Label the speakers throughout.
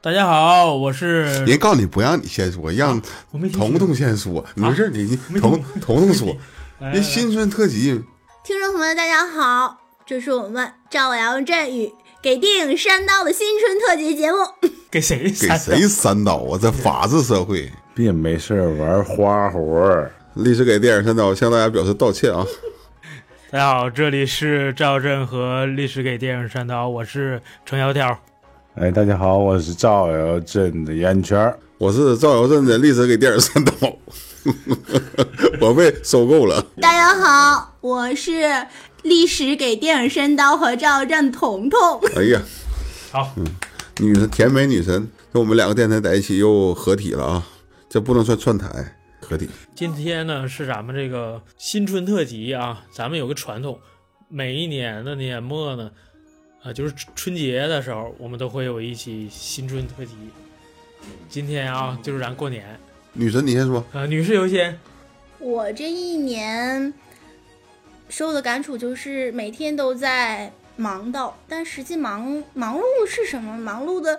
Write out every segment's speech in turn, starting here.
Speaker 1: 大家好，我是
Speaker 2: 人告诉你不让你先说，让
Speaker 1: 啊我没听啊
Speaker 2: 彤彤先说。没事，你你彤彤彤说。
Speaker 1: 来
Speaker 2: 人新春特辑，
Speaker 3: 听众朋友们，大家好，这是我们赵阳振宇给电影删刀的新春特辑节目。
Speaker 1: 给谁
Speaker 2: 给
Speaker 1: 删
Speaker 2: 谁三刀啊？这法治社会，
Speaker 4: 别没事儿玩花活儿，
Speaker 2: 历史给电影三刀向大家表示道歉啊！
Speaker 1: 大家好，这里是赵震和历史给电影删刀，我是程窈窕。
Speaker 4: 哎，大家好，我是赵瑶镇的烟圈儿。
Speaker 2: 我是赵尧镇的历史给电影三刀， 我被收购了。
Speaker 3: 大家好，我是历史给电影删刀和赵震彤彤。
Speaker 2: 哎呀，
Speaker 1: 好，
Speaker 2: 女神甜美女神，这我们两个电台在一起又合体了啊！这不能算串台，合体。
Speaker 1: 今天呢是咱们这个新春特辑啊，咱们有个传统，每一年的年末呢，啊、就是春节的时候，我们都会有一期新春特辑。今天啊，就是咱过年，
Speaker 2: 女神，你先说。
Speaker 1: 啊，女士优先，
Speaker 3: 我这一年受的感触就是每天都在忙叨，但实际忙忙碌是什么？忙碌的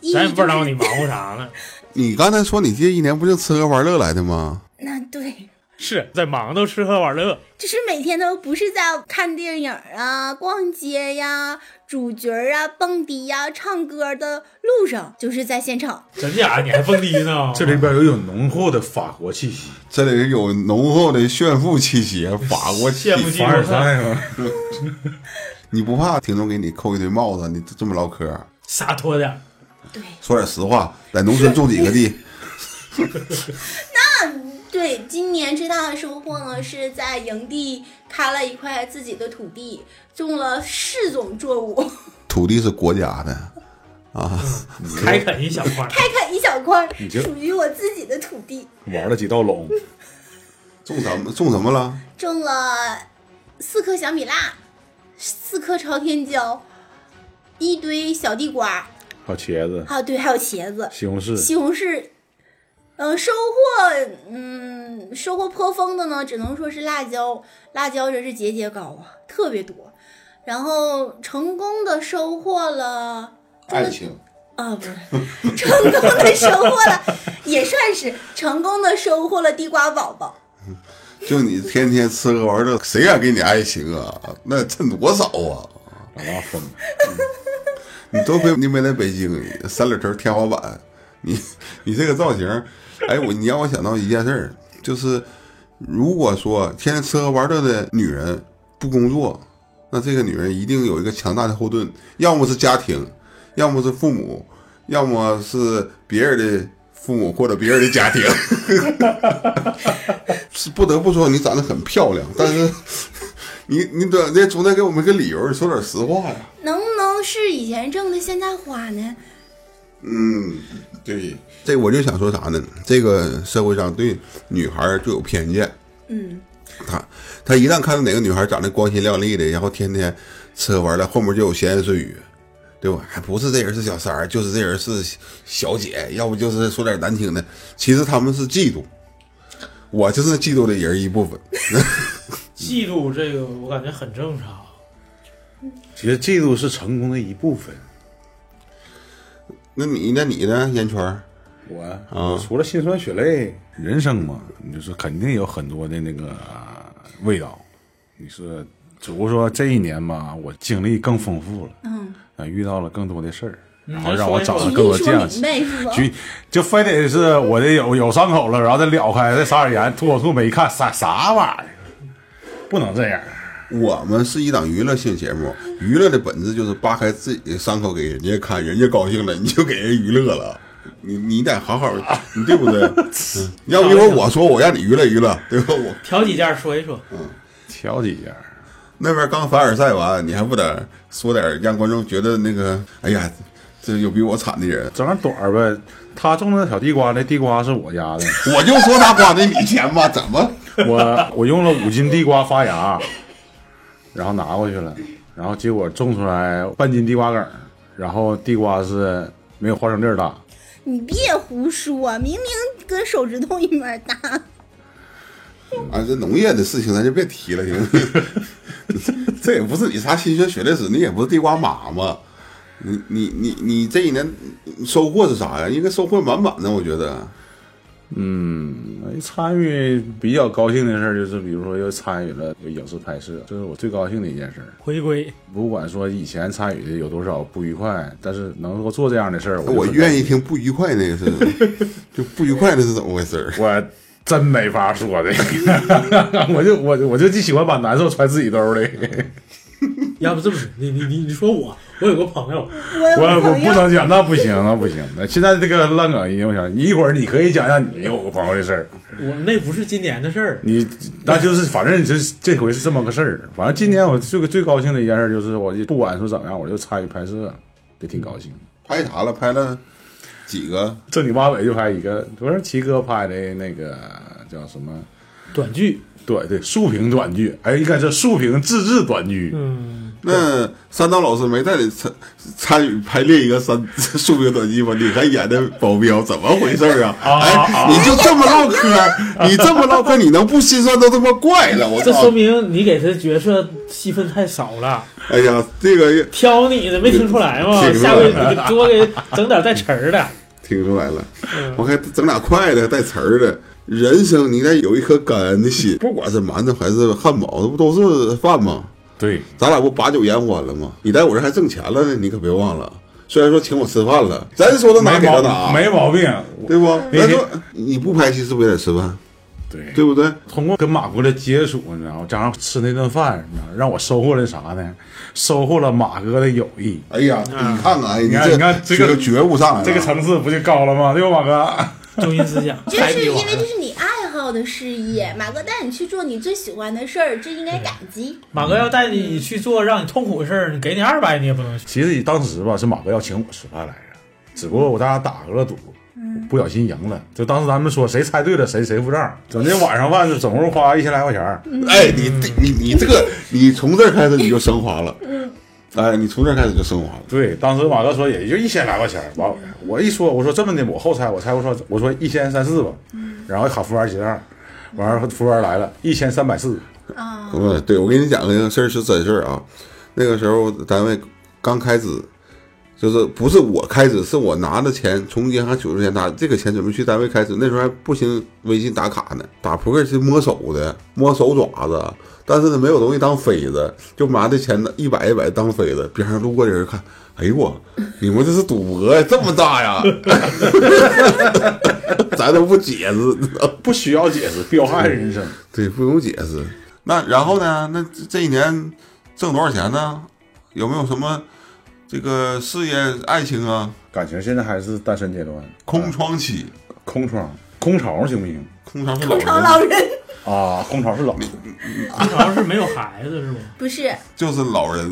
Speaker 3: 意义
Speaker 1: 咱也不知道
Speaker 3: 就
Speaker 1: 你
Speaker 3: 是
Speaker 1: 忙活啥呢，
Speaker 2: 你刚才说你这一年不就吃喝玩乐来的吗？
Speaker 3: 那对，
Speaker 1: 是在忙都吃喝玩乐，
Speaker 3: 就是每天都不是在看电影啊、逛街呀、主角啊、蹦迪呀、唱歌的路上，就是在现场。
Speaker 1: 真假的你还蹦迪 呢？
Speaker 4: 这里边有一种浓厚的法国气息，
Speaker 2: 这里有浓厚的炫富气息，法国气
Speaker 1: 羡慕
Speaker 2: 息。
Speaker 4: 哎
Speaker 1: 嫉妒恨，
Speaker 4: 嘛。
Speaker 2: 你不怕听众给你扣一堆帽子？你这么唠嗑，
Speaker 1: 洒脱点儿。
Speaker 3: 对
Speaker 2: 说点实话，在农村种几 个地，
Speaker 3: 对，今年最大的收获呢，是在营地开了一块自己的土地，种了四种作物，
Speaker 2: 土地是国家的啊。
Speaker 1: 开垦一小块儿，
Speaker 3: 开垦一小块
Speaker 4: 你这
Speaker 3: 属于我自己的土地，
Speaker 4: 玩了几道龙，
Speaker 2: 种什么？种什么了？
Speaker 3: 种了四颗小米辣，四颗朝天椒，一堆小地瓜，
Speaker 4: 还有茄子、
Speaker 3: 啊，对，还有茄子。
Speaker 4: 西红柿，
Speaker 3: 西红柿，嗯、收获，嗯，收获颇丰的呢，只能说是辣椒，辣椒真是节节高啊，特别多。然后成功的收获了，
Speaker 2: 爱情。
Speaker 3: 啊，不是，成功的收获了，也算是成功的收获了地瓜宝宝。
Speaker 2: 就你天天吃喝玩乐，谁敢给你爱情啊？那趁多少啊？
Speaker 4: 打大风，
Speaker 2: 你多亏你没在北京，三里屯天花板，你 你这个造型，哎，我你让我想到一件事儿，就是如果说天天吃喝玩乐的女人不工作，那这个女人一定有一个强大的后盾，要么是家庭，要么是父母，要么是别人的父母或者别人的家庭。 是不得不说，你长得很漂亮，但是 你你得得总得给我们个理由，你说点实话呀。
Speaker 3: 能不能是以前种的现在花呢？
Speaker 2: 嗯，对，这我就想说啥呢？这个社会上对女孩儿就有偏见，
Speaker 3: 嗯，
Speaker 2: 他他一旦看到哪个女孩长得光鲜亮丽的，然后天天吃喝玩乐，后面就有闲言碎语，对吧？还不是这人是小三儿，就是这人是小姐，要不就是说点难听的。其实他们是嫉妒，我就是嫉妒的人一部分。
Speaker 1: 嫉妒这个我感觉很正常。
Speaker 4: 其实嫉妒是成功的一部分。
Speaker 2: 那你那你呢，烟圈儿？
Speaker 4: 我我除了心酸血泪，人生嘛，你就是肯定有很多的那个、啊味道。你说，只不过说这一年吧，我经历更丰富了，嗯，啊，遇到了更多的事儿，然后让我找到
Speaker 3: 你
Speaker 1: 啊
Speaker 4: 更多
Speaker 3: 一
Speaker 4: 这样
Speaker 3: 说
Speaker 4: 的
Speaker 3: 明白 是吧？
Speaker 4: 就就非得是我这有有伤口了，然后再撩开，再撒点盐，吐口吐沫一看，啥啥玩意儿，不能这样。
Speaker 2: 我们是一档娱乐性节目，娱乐的本质就是扒开自己的伤口给人家看，人家高兴了，你就给人娱乐了。你你得好好，你对不对？嗯要不一会儿我说我让你娱乐娱乐，对吧？我
Speaker 1: 挑几件说一说，
Speaker 4: 挑几件儿，
Speaker 2: 那边刚凡尔赛完，你还不得说点让观众觉得那个，哎呀，这有比我惨的人，
Speaker 4: 整点短儿呗。他种的小地瓜，那地瓜是我家的，
Speaker 2: 我就说他花的你钱吧，怎么？
Speaker 4: 我我用了五斤地瓜发芽，然后拿过去了，然后结果种出来半斤地瓜梗儿，然后地瓜是没有花生粒儿大。
Speaker 3: 你别胡说，啊明明跟手指头一面大。
Speaker 2: 啊，这农业的事情咱就别提 了，行不行？这也不是你啥心血血泪史，你也不是地瓜妈妈，你你你你这一年收获是啥呀？应该收获满满的，我觉得。
Speaker 4: 嗯，参与比较高兴的事儿就是，比如说又参与了影视拍摄，这是我最高兴的一件事儿。
Speaker 1: 回归
Speaker 4: 不管说以前参与的有多少不愉快，但是能够做这样的事儿，
Speaker 2: 我
Speaker 4: 我就
Speaker 2: 愿意听不愉快那个是什么， 就不愉快的是怎么回事儿？
Speaker 4: 我真没法说的， 我就我我就既喜欢把难受揣自己兜 里，
Speaker 1: 要不这么说，你你你你说我，我有个朋友，
Speaker 3: 我有
Speaker 4: 我
Speaker 3: 个
Speaker 4: 我
Speaker 3: 朋
Speaker 4: 不
Speaker 3: 友，
Speaker 4: 能讲，那不行，那不行。那现在这个烂梗，我想一会儿你可以讲讲你有个朋友的事儿，
Speaker 1: 我那不是今年的事儿，
Speaker 4: 你那就是反正这这回是这么个事儿。反正今年我最最高兴的一件事就是，我就不管说怎么样，我就参与拍摄，这挺高兴。
Speaker 2: 拍啥了？拍了几个？
Speaker 4: 正经八百就拍一个，不是齐哥拍的那个叫什么？
Speaker 1: 短剧，
Speaker 4: 对对，竖屏短剧，哎，应该是竖屏自制短剧。
Speaker 1: 嗯，
Speaker 2: 那山刀老师没带你参参与排列一个三 竖屏短剧吗？你还演的保镖，怎么回事儿啊？哎，你就这么唠嗑，啊你这么唠嗑，你能不心酸都他妈怪了？我
Speaker 1: 这说
Speaker 2: 操！
Speaker 1: 明你给他角色戏份太少了，
Speaker 2: 哎呀，这个
Speaker 1: 挑你的没听出来吗？
Speaker 2: 听出来
Speaker 1: 下回你给多给整点带词儿的，
Speaker 2: 听出来了，我还整俩快的带词儿的。人生你应该有一颗感恩的心，不管是馒头还是汉堡，这不都是饭吗？
Speaker 4: 对，
Speaker 2: 咱俩不把酒言欢了吗？你在我这还挣钱了呢，你可别忘了。虽然说请我吃饭了，咱说到哪
Speaker 4: 没
Speaker 2: 给到啊
Speaker 4: 毛
Speaker 2: 哪，
Speaker 4: 没毛病。
Speaker 2: 对不？
Speaker 4: 那
Speaker 2: 咱
Speaker 4: 天
Speaker 2: 说你不拍戏是不是也得吃饭？
Speaker 4: 哎对，
Speaker 2: 对不对？
Speaker 4: 通过跟马哥的接触，你知道吗？加上吃那顿饭，你知道吗让我收获了啥呢？收获了马哥的友谊。
Speaker 2: 哎呀，你看看，哎，你
Speaker 4: 啊
Speaker 2: 这
Speaker 4: 你看你看这个
Speaker 2: 觉悟上来了，
Speaker 4: 这个层次不就高了吗？对吧，马哥？
Speaker 1: 中心思想，
Speaker 3: 这
Speaker 1: 太
Speaker 3: 是
Speaker 1: 逼
Speaker 3: 因
Speaker 1: 我
Speaker 3: 为这
Speaker 1: 了。
Speaker 3: 是你爱好的事业，马哥带你去做你最喜欢的事儿，这应该感激。
Speaker 1: 马哥要带你去做让你痛苦的事儿，你给你二百你也不 能去。
Speaker 4: 其实当时吧，是马哥要请我吃饭来着，只不过我大家打个赌，不小心赢了。就当时咱们说谁猜对了谁谁付
Speaker 2: 嗯
Speaker 4: 账，整这晚上饭总共花一千来块钱儿。
Speaker 2: 哎，你你你这个，你从这儿开始你就升华了，哎，你从这儿开始就升华了。
Speaker 4: 对，当时马哥说也就一千来块钱儿，完我一说我说这么的，我后猜我猜我说我说一千三四吧，
Speaker 2: 嗯
Speaker 4: 然后喊服务员结账，完了服务员来了一千三百四，
Speaker 2: 嗯，对，我跟你讲个事儿是真事儿啊。那个时候单位刚开支，就是不是我开支，是我拿着钱从银行取出钱拿这个钱准备去单位开支。那时候还不兴微信打卡呢，打扑克是摸手的，摸手爪子，但是呢没有东西当飞子，就拿这钱一百一百当飞子。边上路过的人看，哎呦我，你们这是赌博呀，这么大呀？ 咱都不解释，你知道吗
Speaker 4: 不需要解释，彪悍人生。
Speaker 2: 对，不用解释。那然后呢？那这这一年挣多少钱呢？有没有什么这个事业、爱情啊？
Speaker 4: 感情现在还是单身阶段，
Speaker 2: 空窗期，
Speaker 4: 空窗空巢行不行？
Speaker 2: 空窗是
Speaker 3: 空巢
Speaker 2: 老
Speaker 3: 老
Speaker 2: 人，
Speaker 3: 人
Speaker 4: 啊，空巢是老
Speaker 1: 你好像是没有孩子是吗？
Speaker 3: 不是，
Speaker 2: 就是老人，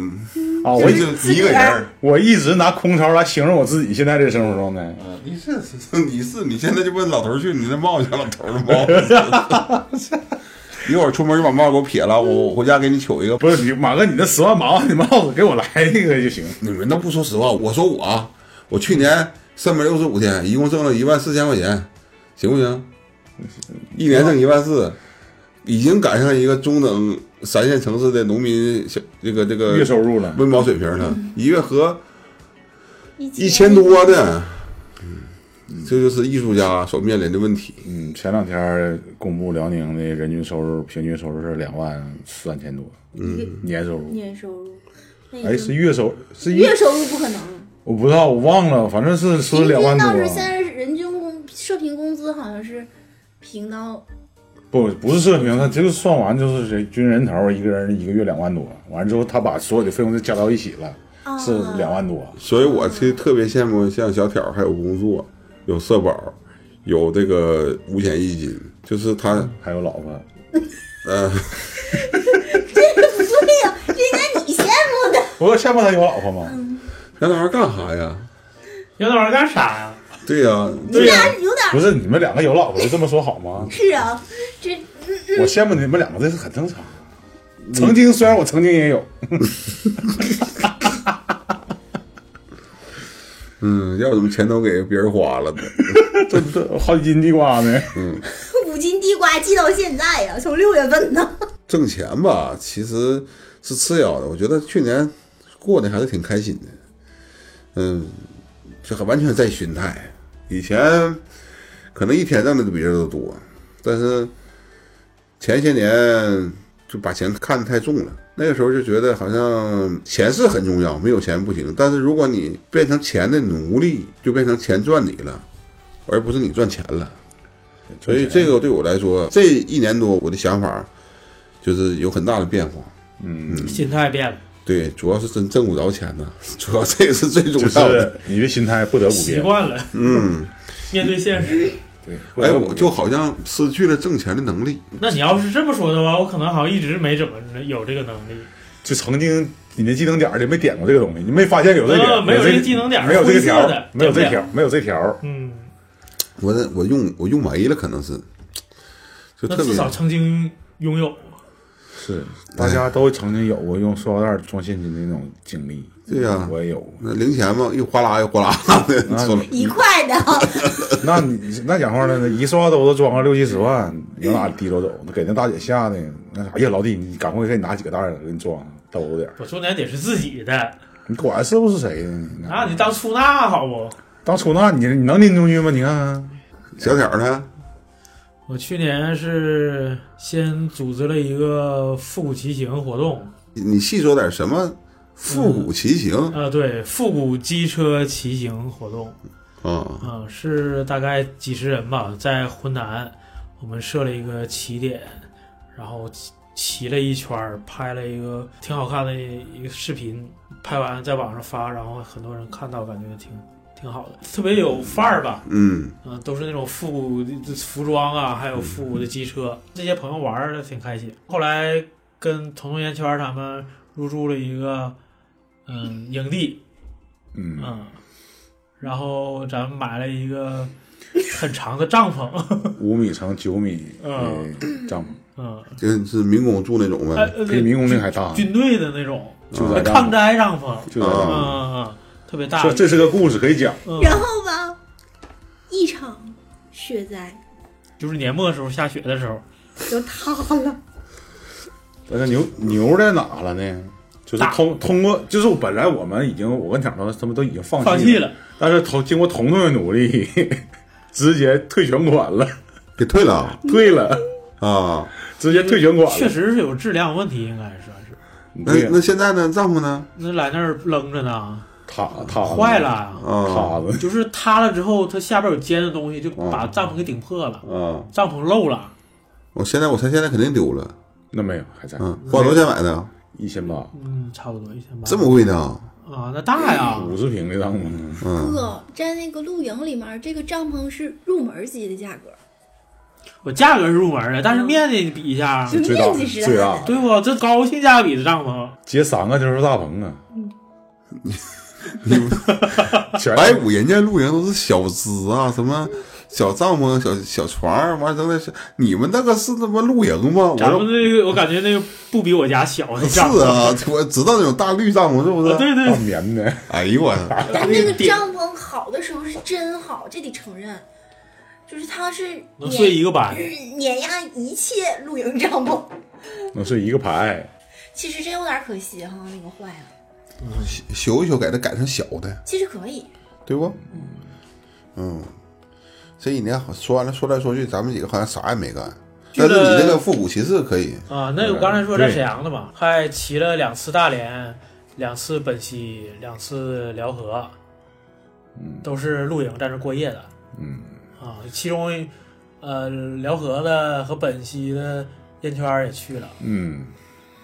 Speaker 4: 啊，我
Speaker 2: 就
Speaker 4: 一
Speaker 2: 就
Speaker 3: 自己
Speaker 2: 一个人
Speaker 3: 儿
Speaker 2: 儿。
Speaker 4: 我一直拿空巢来形容我自己现在这生活状态，
Speaker 2: 你是你是你现在就问老头儿去，你那帽子像老头儿的帽子。一会儿出门就把帽子给我撇了，我我回家给你取一个。
Speaker 4: 不是你马哥，你那十万八万的帽子给我来一个就行。
Speaker 2: 你们都不说实话，我说我啊，我去年三百六十五天，一共挣了一万四千块钱，行不行？一年挣一万四，已经赶上一个中等三线城市的农民小这个这个
Speaker 4: 月收入了
Speaker 2: 温饱水平了，一月合
Speaker 3: 一
Speaker 2: 嗯一千多的，嗯，这就是艺术家所面临的问题。
Speaker 4: 嗯，前两天公布辽宁的人均收入，平均收入是两万三千多，嗯，年收入。
Speaker 3: 年收入，那已
Speaker 4: 哎，
Speaker 3: 经
Speaker 4: 是月收是一
Speaker 3: 月，收入不可能，
Speaker 4: 我不知道，我忘了，反正是说
Speaker 3: 平
Speaker 4: 两万
Speaker 3: 均
Speaker 4: 多啊
Speaker 3: 到。是现在人均工社平工资好像是平到
Speaker 4: 不，不是社平，他就是算完就是这均人头，一个人一个月两万多，完之后他把所有的费用都加到一起了，
Speaker 3: 啊
Speaker 4: 是两万多。
Speaker 2: 所以我其实特别羡慕像小挑儿还有工作，有社保，有这个五险一金，就是他。
Speaker 4: 还有老婆，
Speaker 3: 对呀、哎这应该你羡慕 的。
Speaker 4: 我羡慕他有老婆吗？
Speaker 3: 嗯
Speaker 2: 那玩意儿干啥呀？
Speaker 1: 要那玩意儿干啥呀？
Speaker 2: 对呀、
Speaker 3: 你俩有点
Speaker 4: 不是你们两个有老婆就这么说好吗？
Speaker 3: 是啊，这嗯
Speaker 4: 我羡慕你们两个，这是很正常。曾经虽然我曾经也有，
Speaker 2: 嗯，要怎么钱都给别人花了呢？
Speaker 4: 这这好几斤地瓜呢。
Speaker 3: 五斤地瓜寄到现在呀、从六月份呢。
Speaker 2: 挣钱吧，其实是次要的。我觉得去年过得还是挺开心的，嗯，这很完全在心态。以前可能一天挣的比人都多，但是前些年就把钱看得太重了。那个时候就觉得好像钱是很重要，没有钱不行。但是如果你变成钱的奴隶，就变成钱赚你了，而不是你赚钱了。所以这个对我来说，这一年多我的想法就是有很大的变化。
Speaker 1: 心态变了，
Speaker 2: 对，主要是真挣不着钱呐， 主要这个是最重
Speaker 4: 就
Speaker 2: 要的。
Speaker 4: 是你的心态不得不
Speaker 1: 习
Speaker 4: 变，
Speaker 1: 惯了，嗯，面对现实。
Speaker 4: 对，不
Speaker 2: 哎，
Speaker 4: 得不
Speaker 2: 我就好像失去了挣钱的能力。
Speaker 1: 那你要是这么说的话，我可能好像一直没怎么有这个能力。
Speaker 4: 就曾经你的技能点儿里没点过这个东西，你没发现有这个点儿，
Speaker 1: 嗯没有
Speaker 4: 这
Speaker 1: 这个技能点儿
Speaker 4: 没有这个
Speaker 1: 灰色
Speaker 4: 条儿
Speaker 1: 的，
Speaker 4: 没有这
Speaker 1: 点不
Speaker 4: 条儿，没有这条儿。
Speaker 1: 嗯，
Speaker 2: 我这我用我用没了，可能是，就
Speaker 1: 那
Speaker 2: 特
Speaker 1: 至
Speaker 2: 别
Speaker 1: 少曾经拥有过。
Speaker 4: 是，大家都曾经有过用塑料袋儿装现金的那种经历。
Speaker 2: 对呀
Speaker 4: 我也有过。
Speaker 2: 那零钱嘛，一哗啦一哗啦 的说了，
Speaker 3: 一块的，
Speaker 4: 那你那讲话了，那一塑料兜子装个六七十万，你往哪 提溜走？那给那大姐吓的，那啥哎呀，老弟，你赶快给你拿几个袋儿给你装兜着点儿。
Speaker 1: 我重点得是自己的，
Speaker 4: 你管是不是谁呢？你看
Speaker 1: 那啊你当出纳好不？
Speaker 4: 当出纳，你你能拎出去吗？你看看，
Speaker 2: 小点儿呢？
Speaker 1: 我去年是先组织了一个复古骑行活动，
Speaker 2: 你细说点什么复古骑行
Speaker 1: 呃，对，复古机车骑行活动，
Speaker 2: 啊？
Speaker 1: 啊、是大概几十人吧，在湖南，我们设了一个起点，然后骑骑了一圈儿，拍了一个挺好看的一个视频，拍完在网上发，然后很多人看到，感觉挺挺好的，特别有范儿吧。
Speaker 2: 嗯，
Speaker 1: 嗯、都是那种复古的服装啊，还
Speaker 4: 嗯
Speaker 1: 有复古的机车，这些朋友玩儿的挺开心。后来跟彤彤圆圈儿他们入住了一个嗯营地，
Speaker 4: 嗯，
Speaker 1: 嗯，然后咱们买了一个很长的帐篷，
Speaker 4: 五米乘九米哎
Speaker 1: 嗯
Speaker 4: 的帐
Speaker 1: 嗯，
Speaker 2: 就是民工住那种
Speaker 1: 哎
Speaker 2: 呗。
Speaker 1: 呃
Speaker 4: 篷，比迷宫那还大。
Speaker 1: 军队的那种
Speaker 4: 就在帐
Speaker 1: 抗
Speaker 4: 篷
Speaker 1: 灾帐篷，
Speaker 4: 就在帐
Speaker 1: 嗯
Speaker 4: 篷
Speaker 2: 啊
Speaker 1: 嗯，嗯特别大，
Speaker 4: 这这是个故事可以讲，
Speaker 1: 嗯
Speaker 3: 然后吧，一场雪灾
Speaker 1: 就是年末的时候下雪的时候，
Speaker 3: 就塌了，
Speaker 4: 但是牛牛在哪了呢？就是
Speaker 1: 大
Speaker 4: 通通过，就是我本来我们已经，我跟蒋涛他们都已经放
Speaker 1: 放
Speaker 4: 弃
Speaker 1: 弃了，
Speaker 4: 但是同经过彤彤的努力， 直接退全款了，
Speaker 2: 给退了啊
Speaker 4: 退了，
Speaker 2: 啊？
Speaker 4: 直接退全款
Speaker 1: 嗯确
Speaker 4: 了。
Speaker 1: 实是有质量问题，应该算是。
Speaker 2: 那
Speaker 4: 对呀
Speaker 2: 那现在呢？丈夫呢？
Speaker 1: 那在那儿扔着呢，
Speaker 4: 塌塌
Speaker 1: 坏了，啊！
Speaker 2: 啊
Speaker 4: 塌了，
Speaker 1: 就是塌了之后，它下边有尖的东西，就把帐篷给顶破了，
Speaker 2: 啊！
Speaker 1: 帐篷漏了，
Speaker 2: 我现在我猜现在肯定丢了。
Speaker 4: 那没有还在，
Speaker 2: 嗯，花多少钱买的？
Speaker 4: 一千八，
Speaker 1: 嗯，差不多一千八。
Speaker 2: 这么嗯贵呢？
Speaker 1: 啊？那大呀，
Speaker 4: 五十平的帐篷，
Speaker 2: 嗯，
Speaker 3: 哥，在那个露营里面，这个帐篷是入门级的价格，
Speaker 1: 嗯我价格是入门的，但是面积比一下，
Speaker 2: 嗯
Speaker 3: 就
Speaker 4: 最大
Speaker 3: 面积实
Speaker 4: 最大
Speaker 3: 在，
Speaker 1: 对不？这高性价比的帐篷，
Speaker 4: 接三个就是大棚啊， 全
Speaker 2: 白骨人家露营都是小资啊，什么小帐篷、小小床儿，完整的是你们那个是他妈露营吗？我
Speaker 1: 咱
Speaker 2: 说
Speaker 1: 们那个我感觉那个不比我家小那
Speaker 2: 是
Speaker 1: 帐篷，
Speaker 2: 啊，嗯我知道那种大绿帐篷是不
Speaker 1: 啊
Speaker 2: 是？
Speaker 1: 对啊对
Speaker 4: 大，棉的，
Speaker 2: 哎呦我，
Speaker 3: 咱那个
Speaker 1: 顶
Speaker 3: 帐篷好的时候是真好，这得承认，就是它是
Speaker 1: 能睡一
Speaker 3: 碾
Speaker 1: 个晚
Speaker 3: 就。是碾压一切露营帐篷。
Speaker 4: 能睡一个排，
Speaker 3: 其实真有点可惜哈，那个坏了，
Speaker 2: 修一修，给它改成小的，
Speaker 3: 其实可以，
Speaker 2: 对不？嗯，这一年好说完了，说来说去，咱们几个好像啥也没干。
Speaker 1: 去
Speaker 2: 但
Speaker 1: 了
Speaker 2: 是你这个复古骑士可以，
Speaker 1: 啊，那我刚才说在沈阳的嘛，还骑了两次大连，两次本溪，两次辽河，都是露营在这过夜的
Speaker 4: 嗯，
Speaker 1: 啊。其中，呃，辽河的和本溪的烟圈儿也去了，
Speaker 4: 嗯，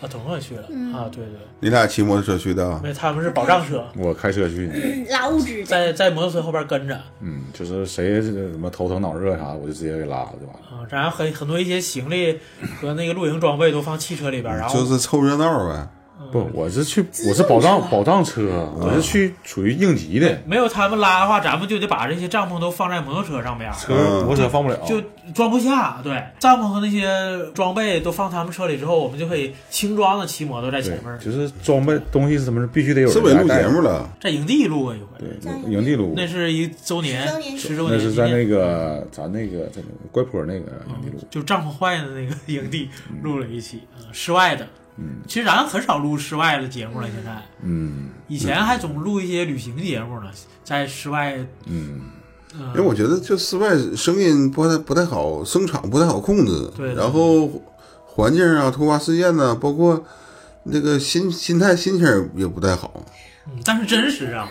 Speaker 1: 啊，彤彤也去了啊，对对，
Speaker 2: 你俩骑摩托车去的啊
Speaker 1: 因，为他们是保障车，
Speaker 4: 我开车去，
Speaker 3: 嗯拉物质的。
Speaker 1: 在在摩托车后边跟着。
Speaker 4: 嗯，就是谁是什么头疼脑热啥，我就直接给拉了就完了。
Speaker 1: 啊，然后很很多一些行李和那个露营装备都放汽车里边儿，然后
Speaker 2: 就是凑热闹呗。
Speaker 4: 不，我是去，我是保障保障车，我是
Speaker 1: 啊
Speaker 4: 去属于应急的
Speaker 1: 没有他们拉的话，咱们就得把这些帐篷都放在摩托车上面儿，
Speaker 4: 车，摩托车放不了，
Speaker 1: 就装不下。对，帐篷和那些装备都放他们车里之后，我们就可以轻装的骑摩托在前
Speaker 4: 对
Speaker 1: 面，儿，
Speaker 4: 就是装备东西是什么，必须得有
Speaker 2: 是
Speaker 4: 人
Speaker 2: 不是
Speaker 4: 来
Speaker 2: 录
Speaker 4: 带
Speaker 2: 节目了？
Speaker 1: 在营地录过一回，
Speaker 4: 对，营地路，
Speaker 1: 那是一周
Speaker 3: 十周年
Speaker 1: 年，十周
Speaker 4: 那
Speaker 1: 年
Speaker 4: 是
Speaker 1: 纪
Speaker 4: 在
Speaker 1: 念，
Speaker 4: 那个咱那个
Speaker 1: 哦
Speaker 4: 在那个怪坡那个营地路，
Speaker 1: 就帐篷坏的那个营地录了一期，啊，室外的，其实咱很少录室外的节目了，现在
Speaker 4: 嗯
Speaker 1: 以前还总录一些旅行节目呢，在室外，
Speaker 4: 嗯，
Speaker 1: 嗯、
Speaker 2: 因为我觉得就室外声音不太不太好，声场不太好控制。
Speaker 1: 对
Speaker 2: 然后环境啊、突发事件呐、包括那个心心态、心情儿也不太好。
Speaker 1: 嗯但是真实啊，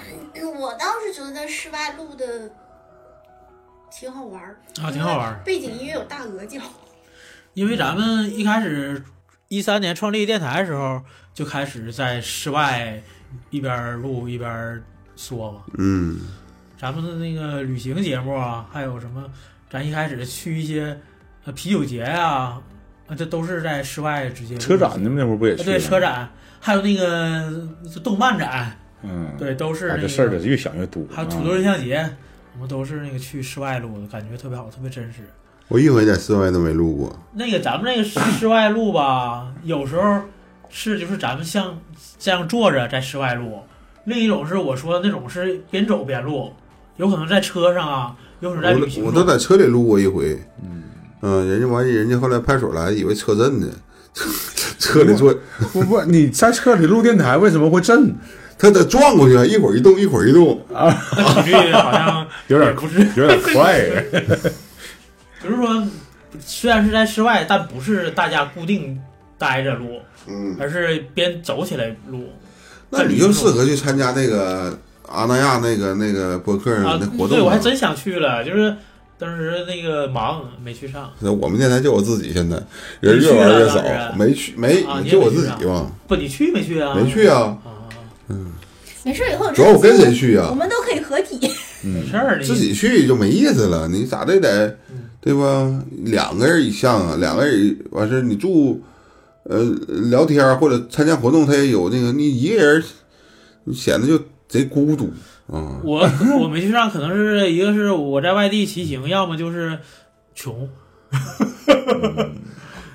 Speaker 3: 我倒是觉得在室外录的挺好玩儿
Speaker 1: 啊挺好玩儿
Speaker 3: 背景音乐有大鹅叫，
Speaker 1: 因为咱们一开始一三年创立电台的时候，就开始在室外一边录一边说嘛。
Speaker 2: 嗯，
Speaker 1: 咱们的那个旅行节目啊，还有什么，咱一开始去一些呃啤酒节啊，啊这都是在室外直接录
Speaker 4: 车展你们那会儿不也
Speaker 1: 啊
Speaker 4: 去？
Speaker 1: 对车，展，还有那个动漫展，
Speaker 4: 嗯，
Speaker 1: 对，都是、那
Speaker 4: 啊
Speaker 1: 个
Speaker 4: 这事儿得越想越多。
Speaker 1: 还有
Speaker 4: 啊
Speaker 1: 土 豆印象节，我们都是那个去室外录的，感觉特别好，特别真实。
Speaker 2: 我一回在室外都没录过。
Speaker 1: 那个咱们那个室室外录吧，有时候是就是咱们像这样坐着在室外录，另一种是我说的那种是边走边录，有可能在车上啊，有可能在旅行
Speaker 2: 我我都
Speaker 1: 中。
Speaker 2: 在车里录过一回。嗯，人家完，人家后来派出所来，以为车震呢， 车里坐，
Speaker 4: 不不，你在车里录电台为什么会震？
Speaker 2: 他得转过去，啊一会儿一动，一会儿一动。
Speaker 1: 那体育好 像
Speaker 4: 有点
Speaker 1: 也不是，
Speaker 4: 有点快。
Speaker 1: 就是说虽然是在室外，但不是大家固定待着录，
Speaker 2: 嗯，
Speaker 1: 而是边走起来录。
Speaker 2: 那你就适合去参加那个阿那亚那个那个博客
Speaker 1: 啊
Speaker 2: 嗯那活动、
Speaker 1: 对，我还真想去了，就是当时那个忙没去上。
Speaker 2: 那我们电台就我自己，现在人越玩越
Speaker 1: 你去了当
Speaker 2: 少，
Speaker 1: 时
Speaker 2: 没去没
Speaker 1: 啊你也
Speaker 2: 就我自己嘛，
Speaker 1: 不，你去没去啊？
Speaker 2: 没去啊。
Speaker 1: 啊，
Speaker 3: 没事儿以后有
Speaker 2: 主要我跟谁
Speaker 3: 这个节目
Speaker 2: 去
Speaker 3: 我
Speaker 2: 啊？
Speaker 3: 们都可以合体。
Speaker 2: 嗯
Speaker 1: 没事儿，你
Speaker 2: 自己去就没意思了，你咋的得
Speaker 1: 啊嗯
Speaker 2: 对吧？两个人以上啊，两个人完事儿你住，呃，聊天儿或者参加活动，他也有那个，你一个人显得就贼孤独啊。
Speaker 1: 我我没去上，可能是一个是我在外地骑行，要么就是穷。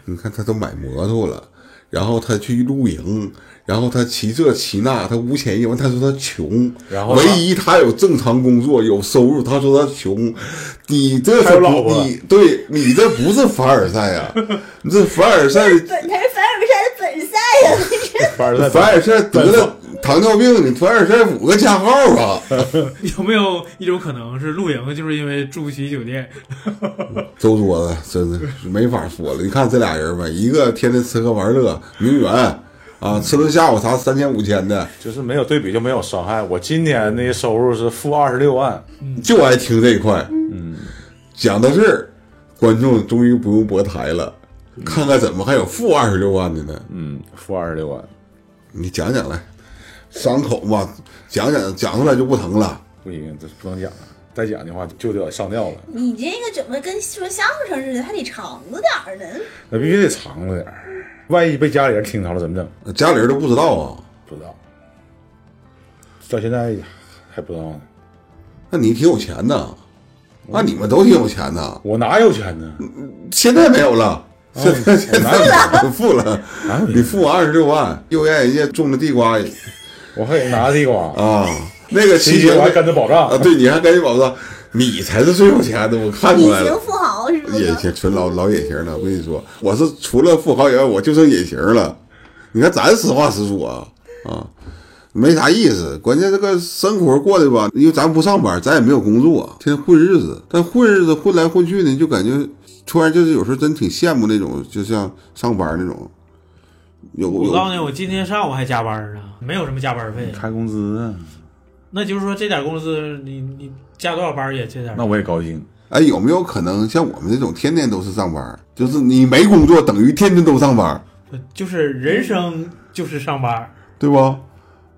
Speaker 2: 你看他都买摩托了，然后他去露营，然后他骑这骑那，他无钱一文，他说他穷，
Speaker 4: 然后
Speaker 2: 唯
Speaker 4: 他
Speaker 2: 一他有正常工作有收入，他说他穷，你这
Speaker 4: 还
Speaker 2: 是
Speaker 4: 有老婆
Speaker 2: 不你对你这不是凡尔赛啊，你这凡尔赛
Speaker 3: 本他是凡尔赛的本赛呀、
Speaker 4: 凡尔赛，
Speaker 2: 凡尔赛得了糖尿病，你凡尔赛五个加号啊，
Speaker 1: 有没有一种可能是露营，就是因为住不起酒 店？
Speaker 2: 周桌子真的是没法说了。你看这俩人吧，一个天天吃喝玩乐，名媛啊，吃顿下午茶三千五千的，
Speaker 4: 就是没有对比就没有伤害。我今年的收入是负二十六万，
Speaker 2: 就爱听这一块。嗯，讲到这儿，观众终于不用博台了，看看怎么还有负二十六万的呢？
Speaker 4: 嗯，负二十六万，
Speaker 2: 你讲讲来，伤口嘛，讲讲讲出来就不疼了。
Speaker 4: 不行，这不能讲了，啊再讲的话就得上吊了。
Speaker 3: 你这个怎么跟说相声似的，还得长着点儿呢？
Speaker 4: 那必须得藏着点儿，万一被家里人听着了怎么整？
Speaker 2: 家里人都不知道啊，
Speaker 4: 不知道，到现在还不知道呢。
Speaker 2: 那你挺有钱呐，那你们都挺有钱呐。
Speaker 4: 我哪有钱呢？
Speaker 2: 现在没有了，
Speaker 4: 哦
Speaker 2: 现在现
Speaker 4: 哪有
Speaker 2: 在不付了，
Speaker 4: 哪有
Speaker 2: 你付二十六万，又让人家种的地瓜
Speaker 4: 我还得拿地瓜，
Speaker 2: 啊，那个骑
Speaker 4: 骑
Speaker 2: 行
Speaker 4: 行我还跟着保障
Speaker 2: 啊，。对，你还跟人保证，你才是最有钱的，我看
Speaker 3: 隐
Speaker 2: 出来
Speaker 3: 形
Speaker 2: 了。
Speaker 3: 富豪是不
Speaker 2: 隐
Speaker 3: 是？
Speaker 2: 形，纯老老隐形了。我跟你说，我是除了富豪以外，我就剩隐形了。你看，咱实话实说啊，啊，没啥意思。关键这个生活过得吧，因为咱不上班，咱也没有工作，天天混日子。但混日子混来混去呢，就感觉突然就是有时候真挺羡慕那种，就像上班那种。有
Speaker 1: 我告
Speaker 2: 有
Speaker 1: 诉你，我今天上午还加班呢，没有什么加班费。
Speaker 2: 嗯
Speaker 4: 开工资啊，
Speaker 1: 那就是说这点工资，你你加多少班也这点。
Speaker 4: 那我也高兴。
Speaker 2: 哎，有没有可能像我们这种天天都是上班，就是你没工作等于天天都上班？
Speaker 1: 就是人生就是上班，
Speaker 2: 对不？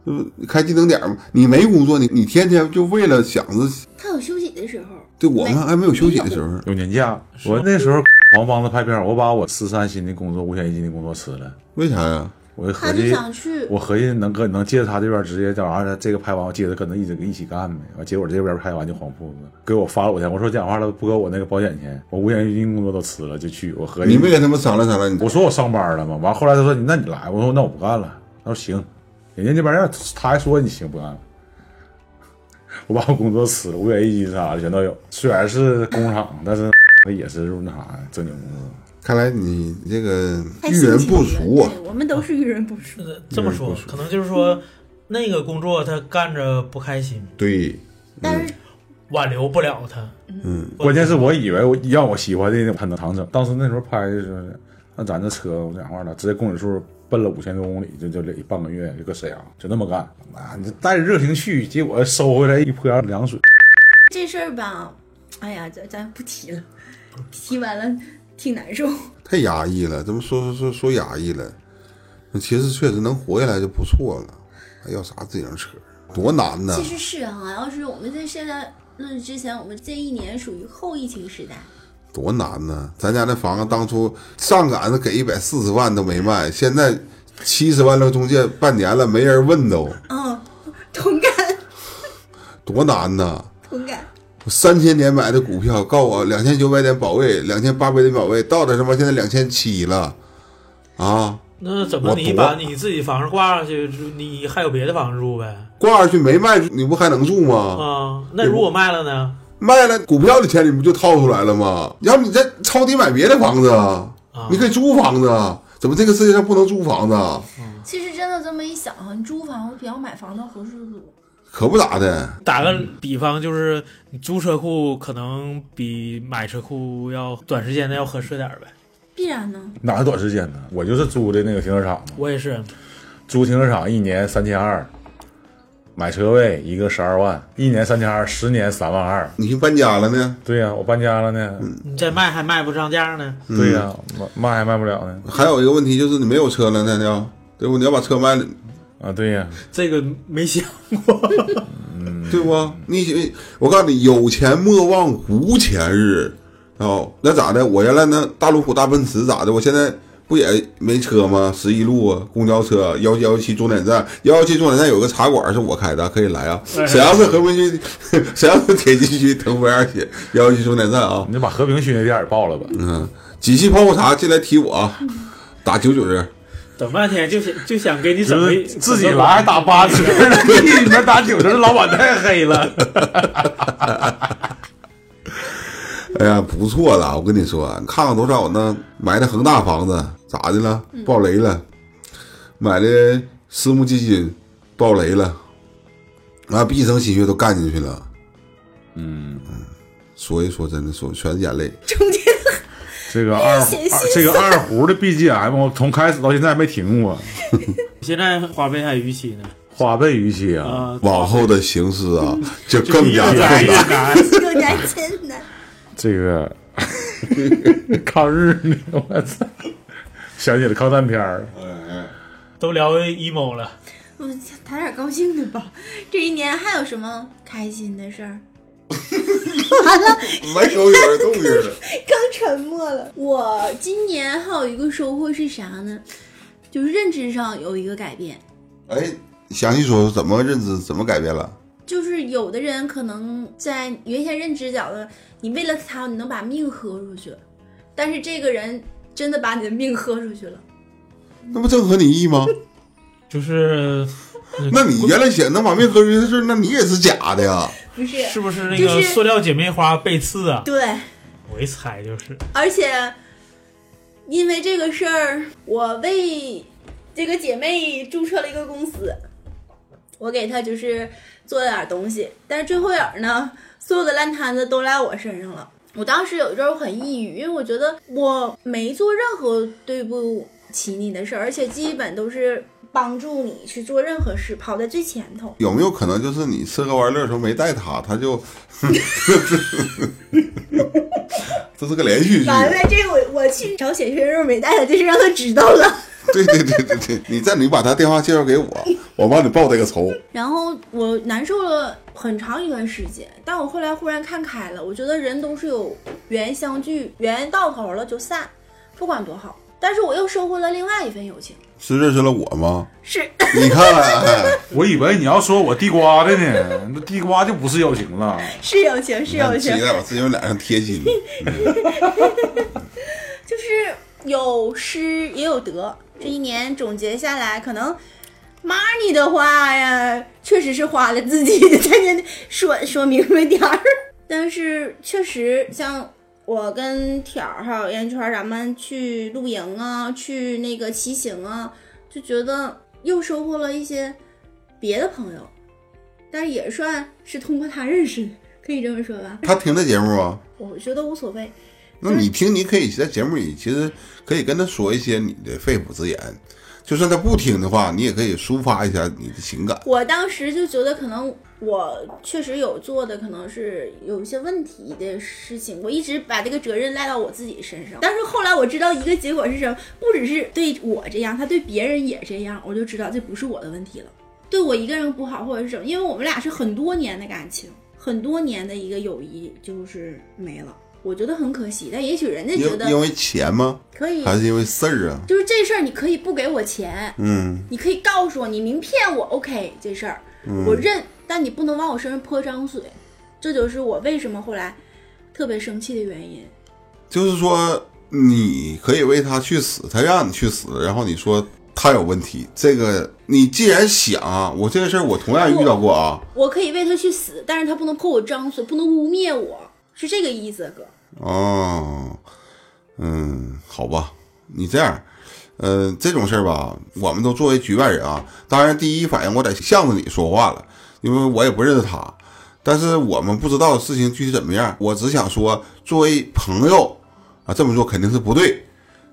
Speaker 2: 就是开技能点儿嘛，你没工作，你你天天就为了想着，
Speaker 3: 他有休息的时候，
Speaker 2: 对我们还没有休息的时候，
Speaker 4: 有年假，我那时候 黄帮子拍片儿，我把我四三新的工作、五险一金的工作辞了。
Speaker 2: 为啥呀？
Speaker 4: 我就
Speaker 3: 他
Speaker 4: 合
Speaker 3: 就
Speaker 4: 计，
Speaker 3: 想去。
Speaker 4: 我合计能跟能接着他这边直接叫啥的，这个拍完我接着跟他一直一起干呗。完，结果这边拍完就黄铺子给我发了五千，我说讲话了不给我那个保险钱，我五险一金工作都辞了就去。我合计
Speaker 2: 你没跟他们商量商量？
Speaker 4: 我说我上班了嘛，完后来他说那你来，我说那我不干了。他说行，人家这边让他还说你行不干了，我把我工作辞了，五险一金啥的全都有。虽然是工厂，但是也是入那啥的正经工作。
Speaker 2: 看来你这个
Speaker 3: 太
Speaker 2: 遇人
Speaker 3: 辛勤
Speaker 2: 不
Speaker 3: 了
Speaker 2: 俗啊嗯
Speaker 3: 对，我们都是遇人不淑。
Speaker 1: 呃这么说
Speaker 2: 不是，
Speaker 1: 可能就是说那个工作他干着不开心，
Speaker 2: 对，
Speaker 3: 但是
Speaker 1: 挽留不了他。
Speaker 2: 嗯，
Speaker 4: 关键是我以为我要我喜欢的他能长整，当时那时候拍的就是，那咱这车我讲话了，直接公里数奔了五千多公里，就就这半个月就搁沈阳，就那么干。啊，你带着热情去，结果收回来一泼凉水。
Speaker 3: 这事儿吧，哎呀，咱咱不提了，提完了挺难受。
Speaker 2: 太压抑了，怎么说说说说压抑了？其实确实能活下来就不错了，还要啥自行车？多难呐！
Speaker 3: 其实是哈、要是我们在现在论之前，我们这一年属于后疫情时代，
Speaker 2: 多难呐！咱家那房子当初上赶子给一百四十万都没卖，现在七十万了，中介半年了，没人问都，
Speaker 3: 嗯，同感
Speaker 2: 多难呐！
Speaker 3: 同感。
Speaker 2: 三千点买的股票，告我两千九百点保卫，两千八百点保卫，到的他妈现在两千七了，啊！
Speaker 1: 那怎么
Speaker 2: 我
Speaker 1: 你
Speaker 2: 多
Speaker 1: 把你自己房子挂上去，你还有别的房子住呗？
Speaker 2: 挂上去没卖，你不还能住吗？
Speaker 1: 啊，那如果卖了呢？
Speaker 2: 卖了股票的钱你不就套出来了吗？要不你再抄底买别的房子啊
Speaker 1: 啊？
Speaker 2: 你可以租房子啊？怎么这个世界上不能租房子？啊？
Speaker 3: 其实真的这么一想啊，你租房比要买房子合适多。
Speaker 2: 可不咋的，
Speaker 1: 打个
Speaker 4: 嗯
Speaker 1: 比方，就是你租车库可能比买车库要短时间的要合适点儿呗。
Speaker 3: 必然呢，
Speaker 4: 哪有短时间呢？我就是租的那个停车场嘛，
Speaker 1: 我也是，
Speaker 4: 租停车场一年三千二，买车位一个十二万，一年三千二，十年三万二。
Speaker 2: 你去搬家了呢，
Speaker 4: 对呀、我搬家了呢。
Speaker 1: 你再卖还卖不上价呢。
Speaker 4: 对呀、卖卖还卖不了呢。
Speaker 2: 还有一个问题就是你没有车了呢，要对不？你要把车卖了，
Speaker 4: 啊，对呀、
Speaker 1: 这个没想过，
Speaker 2: 对不？你我告诉你，有钱莫忘无钱日。哦，那咋的？我原来那大路虎、大奔驰咋的？我现在不也没车吗？十一路啊，公交车幺幺七终点站，幺幺七终点站有个茶馆是我开的，可以来啊。沈阳市和平区， 沈阳市铁西区腾飞二街幺幺七终点站啊。
Speaker 4: 你就把和平区那店儿也报了吧。
Speaker 2: 嗯，几期泡泡茶进来提我啊，打九九折。
Speaker 1: 等半天就 想就想给你整
Speaker 4: 就
Speaker 1: 个
Speaker 4: 是自己来还打八折呢， 你们打九折，老板太黑了。
Speaker 2: 哎呀，不错了，我跟你说，你看看多少呢？买的恒大房子咋的了？爆雷了。买的私募基金爆雷了，啊，毕生心血都干进去了。
Speaker 4: 嗯，
Speaker 2: 所以说真的，说全是眼泪。
Speaker 3: 中间
Speaker 4: 这个二
Speaker 3: 写信
Speaker 4: 二这个二胡的 BGM 我从开始到现在没停过，
Speaker 1: 现在花呗还逾期呢
Speaker 4: 花呗逾期啊，哎
Speaker 1: 啊，
Speaker 2: 往后的形势啊，就更
Speaker 1: 一
Speaker 2: 加
Speaker 1: 个
Speaker 2: 困
Speaker 1: 难一个
Speaker 2: 难。
Speaker 1: 难。
Speaker 3: 有点艰难。
Speaker 4: 这个抗日呢，我操，想起了抗战片儿，
Speaker 1: 都聊 emo 了，
Speaker 3: 我谈点高兴的吧。这一年还有什么开心的 事儿？完了，
Speaker 2: 没有有人动静了。
Speaker 3: 更沉默了。我今年还有一个收获是啥呢？就是认知上有一个改变，
Speaker 2: 哎，详细说说怎么认知，怎么改变了？
Speaker 3: 就是有的人可能在原先认知觉得你为了他你能把命喝出去，但是这个人真的把你的命喝出去了。
Speaker 2: 那不正合你意吗？
Speaker 1: 就是
Speaker 2: 那你原来想能把命喝出去的事儿，那你也是假的呀。
Speaker 3: 不是，
Speaker 1: 是不是那
Speaker 3: 就
Speaker 1: 个
Speaker 3: 是
Speaker 1: 塑料姐妹花被刺啊？
Speaker 3: 对，
Speaker 1: 我一猜就是，
Speaker 3: 而且因为这个事儿，我为这个姐妹注册了一个公司，我给她就是做了点东西，但是最后点儿呢，所有的烂摊子都赖我身上了。我当时有一阵儿很抑郁，因为我觉得我没做任何对不起你的事儿，而且基本都是帮助你去做任何事，跑在最前头。
Speaker 2: 有没有可能就是你吃喝玩乐的时候没带他，他就， 这是个连续剧。啊
Speaker 3: 完了，这我我去找写生时候没带她，这是让她知道了。
Speaker 2: 对对对对对，你这你把他电话介绍给我，我帮你报这个仇。
Speaker 3: 然后我难受了很长一段时间，但我后来忽然看开了，我觉得人都是有缘相聚，缘到头了就散，不管多好。但是我又收获了另外一份友情，
Speaker 2: 是认识了我吗？
Speaker 3: 是
Speaker 2: 你看看， 哎
Speaker 4: 我以为你要说我地瓜的呢，那地瓜就不是友情了。
Speaker 3: 是友情，是友
Speaker 2: 你
Speaker 3: 情
Speaker 2: 看，在我自己脸上贴金。
Speaker 3: 就是有失也有得。这一年总结下来，可能 money 的话呀，确实是花了自己，咱先说说明白点儿。但是确实像我跟挑儿还有烟圈儿，咱们去露营啊，去那个骑行啊，就觉得又收获了一些别的朋友，但也算是通过他认识的，可以这么说吧。
Speaker 2: 他听这节目啊，
Speaker 3: 我觉得无所谓，
Speaker 2: 那你听，你可以在节目里，其实可以跟他说一些你的肺腑之言，就算他不听的话，你也可以抒发一下你的情感。
Speaker 3: 我当时就觉得，可能我确实有做的，可能是有一些问题的事情，我一直把这个责任赖到我自己身上。但是后来我知道一个结果是什么，不只是对我这样，他对别人也这样，我就知道这不是我的问题了，对我一个人不好或者是什么，因为我们俩是很多年的感情，很多年的一个友谊就是没了，我觉得很可惜。但也许人家
Speaker 2: 因
Speaker 3: 觉得
Speaker 2: 因为钱吗？
Speaker 3: 可以，
Speaker 2: 还是因为事儿啊？
Speaker 3: 就是这事儿你可以不给我钱，
Speaker 2: 嗯，
Speaker 3: 你可以告诉我，你明骗我，OK，这事儿、我认，但你不能往我身上泼脏水，这就是我为什么后来特别生气的原因。
Speaker 2: 就是说你可以为他去死，他让你去死，然后你说他有问题，这个你既然想啊，我这个事儿我同样遇到过啊，
Speaker 3: 我可以为他去死，但是他不能泼我脏水，不能污蔑我，是这个意思，哥。
Speaker 2: 哦，嗯，好吧，你这样，呃，这种事儿吧，我们都作为局外人啊，当然第一反应我在巷子里说话了，因为我也不认识他，但是我们不知道事情具体怎么样，我只想说，作为朋友啊，这么做肯定是不对，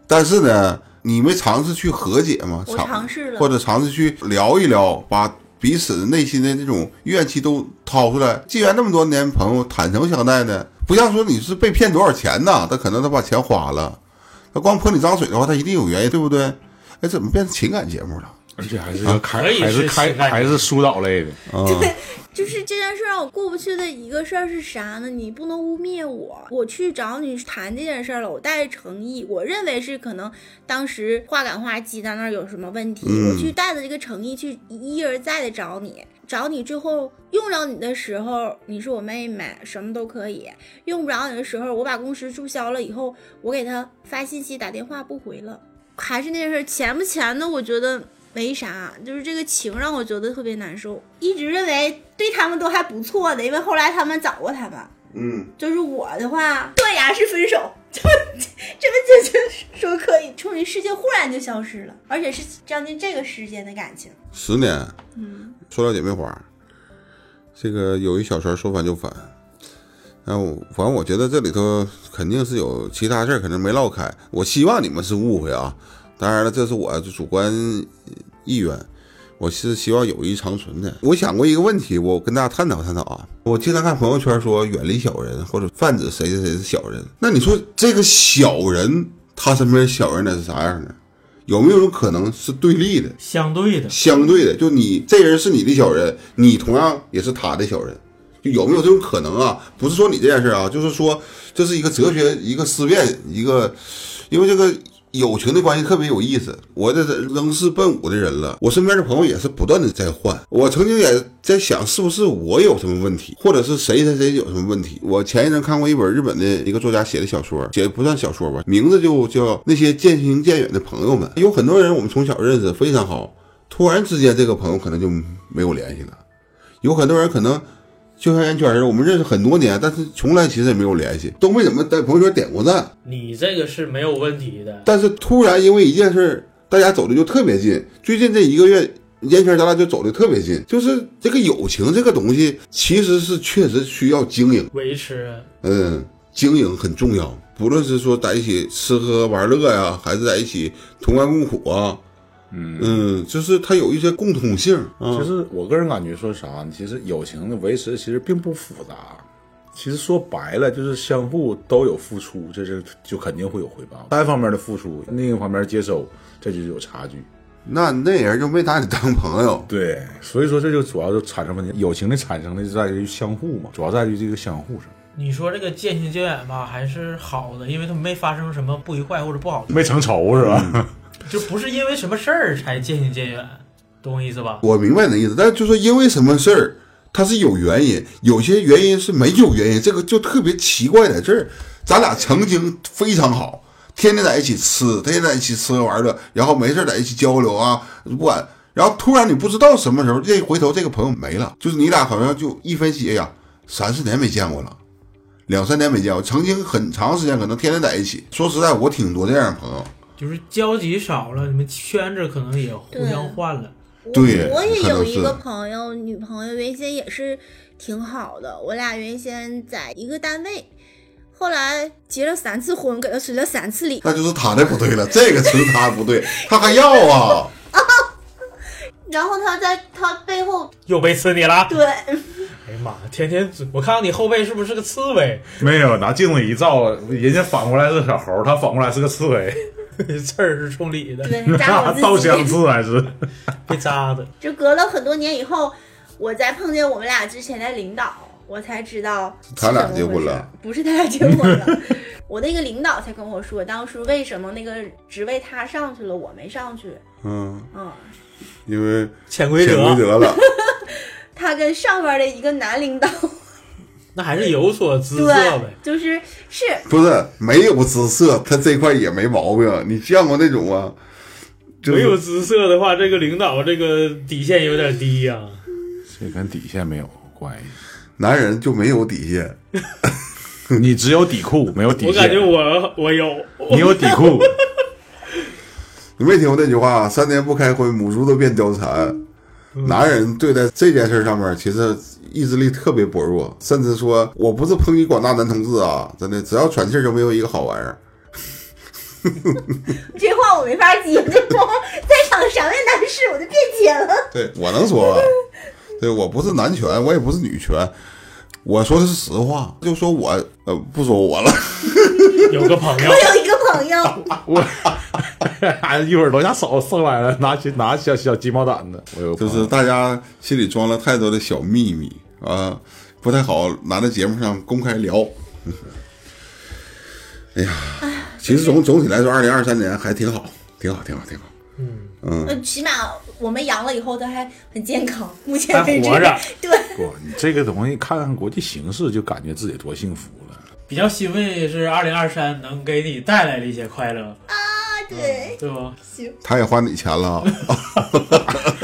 Speaker 2: 但是呢，你没尝试去和解吗？
Speaker 3: 我尝试了
Speaker 2: 或者尝试去聊一聊，把。彼此内心的这种怨气都掏出来，既然这么多年朋友坦诚相待呢，不像说你是被骗多少钱呐，他可能他把钱花了，他光泼你脏水的话，他一定有原因，对不对？哎，怎么变成情感节目了？
Speaker 4: 而且还是个开
Speaker 1: 可以
Speaker 4: 还
Speaker 1: 是
Speaker 4: 是开
Speaker 1: 情感
Speaker 4: 还是疏导类的，
Speaker 3: 对，就是这件事让我过不去的一个事儿是啥呢？你不能污蔑我，我去找你谈这件事儿了，我带着诚意，我认为是可能当时话赶话激到那儿有什么问题，
Speaker 2: 嗯
Speaker 3: 我去带着这个诚意去一而再的找你。找你最后用着你的时候，你是我妹妹，什么都可以；用不着你的时候，我把公司注销了以后，我给他发信息、打电话不回了。还是那事儿，钱不钱的，我觉得没啥，啊就是这个情让我觉得特别难受。一直认为对他们都还不错的，因为后来他们找过他们。
Speaker 2: 嗯，
Speaker 3: 就是我的话，断崖式分手，就这么就就说可以，从你世界忽然就消失了，而且是将近这个时间的感情。
Speaker 2: 十年，
Speaker 3: 嗯，
Speaker 2: 塑料姐妹花，这个有一小船说翻就翻。然后，反正我觉得这里头肯定是有其他事儿，可能没唠开。我希望你们是误会啊，当然了，这是我主观意愿，我是希望友谊长存的。我想过一个问题，我跟大家探讨探讨啊。我经常看朋友圈说远离小人，或者泛指谁谁谁是小人。那你说这个小人，他身边小人得是啥样的？有没有种可能是对立的？
Speaker 1: 相对的，
Speaker 2: 相对的，就你这人是你的小人，你同样也是他的小人，就有没有这种可能啊？不是说你这件事啊，就是说这是一个哲学、一个思辨、一个，因为这个友情的关系特别有意思。我这是仍是奔五的人了，我身边的朋友也是不断的在换。我曾经也在想，是不是我有什么问题，或者是谁谁谁有什么问题？我前一阵看过一本日本的一个作家写的小说，写的不算小说吧，名字就叫《那些渐行渐远的朋友们》。有很多人我们从小认识，非常好。突然之间，这个朋友可能就没有联系了。有很多人可能就像圆圈似的，我们认识很多年，但是从来其实也没有联系，都没怎么在朋友圈点过赞。
Speaker 1: 你这个是没有问题的。
Speaker 2: 但是突然因为一件事儿，大家走的就特别近。最近这一个月，烟圈咱俩就走的特别近。就是这个友情这个东西，其实是确实需要经营，
Speaker 1: 维持
Speaker 2: 嗯，经营很重要。不论是说在一起吃喝玩乐呀、还是在一起同甘共苦啊，
Speaker 4: 嗯。
Speaker 2: 嗯，就是它有一些共通性啊。
Speaker 4: 其实我个人感觉，说啥呢？其实友情的维持其实并不复杂，其实说白了就是相互都有付出，这是就肯定会有回报。单方面的付出，另一方面接收，这就是有差距。
Speaker 2: 那那人就没拿你当朋友，
Speaker 4: 对，所以说这就主要就产生问题。友情的产生的在于相互嘛，主要在于这个相互上，
Speaker 5: 你说这个渐行渐远吧，还是好的，因为他们没发生什么不愉快或者不好的，
Speaker 4: 没成仇是吧？
Speaker 5: 就不是因为什么事儿才渐行渐远，懂我意思吧？
Speaker 2: 我明白你的意思，但就是因为什么事儿，它是有原因，有些原因是没有原因，这个就特别奇怪在这儿。咱俩曾经非常好，天天在一起吃，天天在一起吃喝玩乐，然后没事儿在一起交流啊，不管。然后突然你不知道什么时候，这一回头这个朋友没了，就是你俩好像就一分析，哎呀，三四年没见过了。两三年没见，我曾经很长时间可能天天在一起。说实在，我挺多这样的朋友，
Speaker 5: 就是交集少了，你们圈子可能也互相换了。
Speaker 3: 我
Speaker 2: 对
Speaker 3: 我也
Speaker 2: 可能
Speaker 3: 有一
Speaker 2: 是
Speaker 3: 个朋友，女朋友原先也是挺好的，我俩原先在一个单位，后来结了三次婚，给他随了三次礼，
Speaker 2: 那就是他的不对了，这个是他不对，他还要啊，
Speaker 3: 然后他在他背后
Speaker 1: 又被刺你了。
Speaker 3: 对，
Speaker 1: 哎呀妈，呀，天天我看看你后背是不是个刺猬？
Speaker 4: 没有拿镜子一照，人家反过来是小猴，他反过来是个刺猬，
Speaker 1: 刺儿是冲里的，
Speaker 3: 对扎我
Speaker 4: 倒
Speaker 3: 自
Speaker 4: 相
Speaker 3: 己，
Speaker 4: 似还是？
Speaker 1: 被扎的。
Speaker 3: 就隔了很多年以后，我在碰见我们俩之前的领导，我才知道
Speaker 2: 他俩
Speaker 3: 是怎么
Speaker 2: 结婚
Speaker 3: 回事
Speaker 2: 了，
Speaker 3: 不是他俩结婚了， 我那个领导才跟我说，当时为什么那个职位他上去了，我没上去，
Speaker 2: 嗯，
Speaker 3: 嗯。
Speaker 2: 因为
Speaker 1: 潜规
Speaker 2: 潜规
Speaker 1: 则，
Speaker 2: 则了，
Speaker 3: 他跟上边的一个男领导，
Speaker 1: 那还是有所姿色
Speaker 3: 对
Speaker 1: 呗。，
Speaker 3: 就是是
Speaker 2: 不是没有姿色，他这块也没毛病。你见过那种啊？就
Speaker 1: 没有
Speaker 2: 是
Speaker 1: 姿色的话，这个领导这个底线有点低呀、
Speaker 4: 这跟底线没有关系，
Speaker 2: 男人就没有底线，
Speaker 4: 你只有底裤，没有底
Speaker 1: 我感觉
Speaker 4: 线。
Speaker 1: 我我有，
Speaker 4: 你有底裤，
Speaker 2: 你没听过那句话“三年不开荤，母猪都变貂蝉”。男人对待这件事上面，其实意志力特别薄弱，甚至说我不是抨击广大男同志啊，真的，只要喘气儿就没有一个好玩意儿。
Speaker 3: 这话我没法接， 这话在场啥位男士我就别接了。
Speaker 2: 对我能说吧？对我不是男权，我也不是女权，我说的是实话。就说我呃，不说我了，
Speaker 1: 有个朋友
Speaker 3: 我有一个朋友，
Speaker 4: 我哎一会儿楼下嫂子上来了，拿起拿小小鸡毛掸子，我有
Speaker 2: 就是大家心里装了太多的小秘密啊，不太好拿在节目上公开聊。哎呀，其实总总体来说，二零二三年还挺好，挺好，挺好，挺好。嗯
Speaker 3: 呃起码我们阳了以后他还很健康，目前为止
Speaker 1: 还活着。
Speaker 3: 对，
Speaker 4: 不，你这个东西看看国际形势，就感觉自己多幸福了。
Speaker 1: 比较欣慰是二零二三能给你带来了一些快乐，
Speaker 3: 啊对，
Speaker 1: 对吧？
Speaker 2: 他也花你钱了，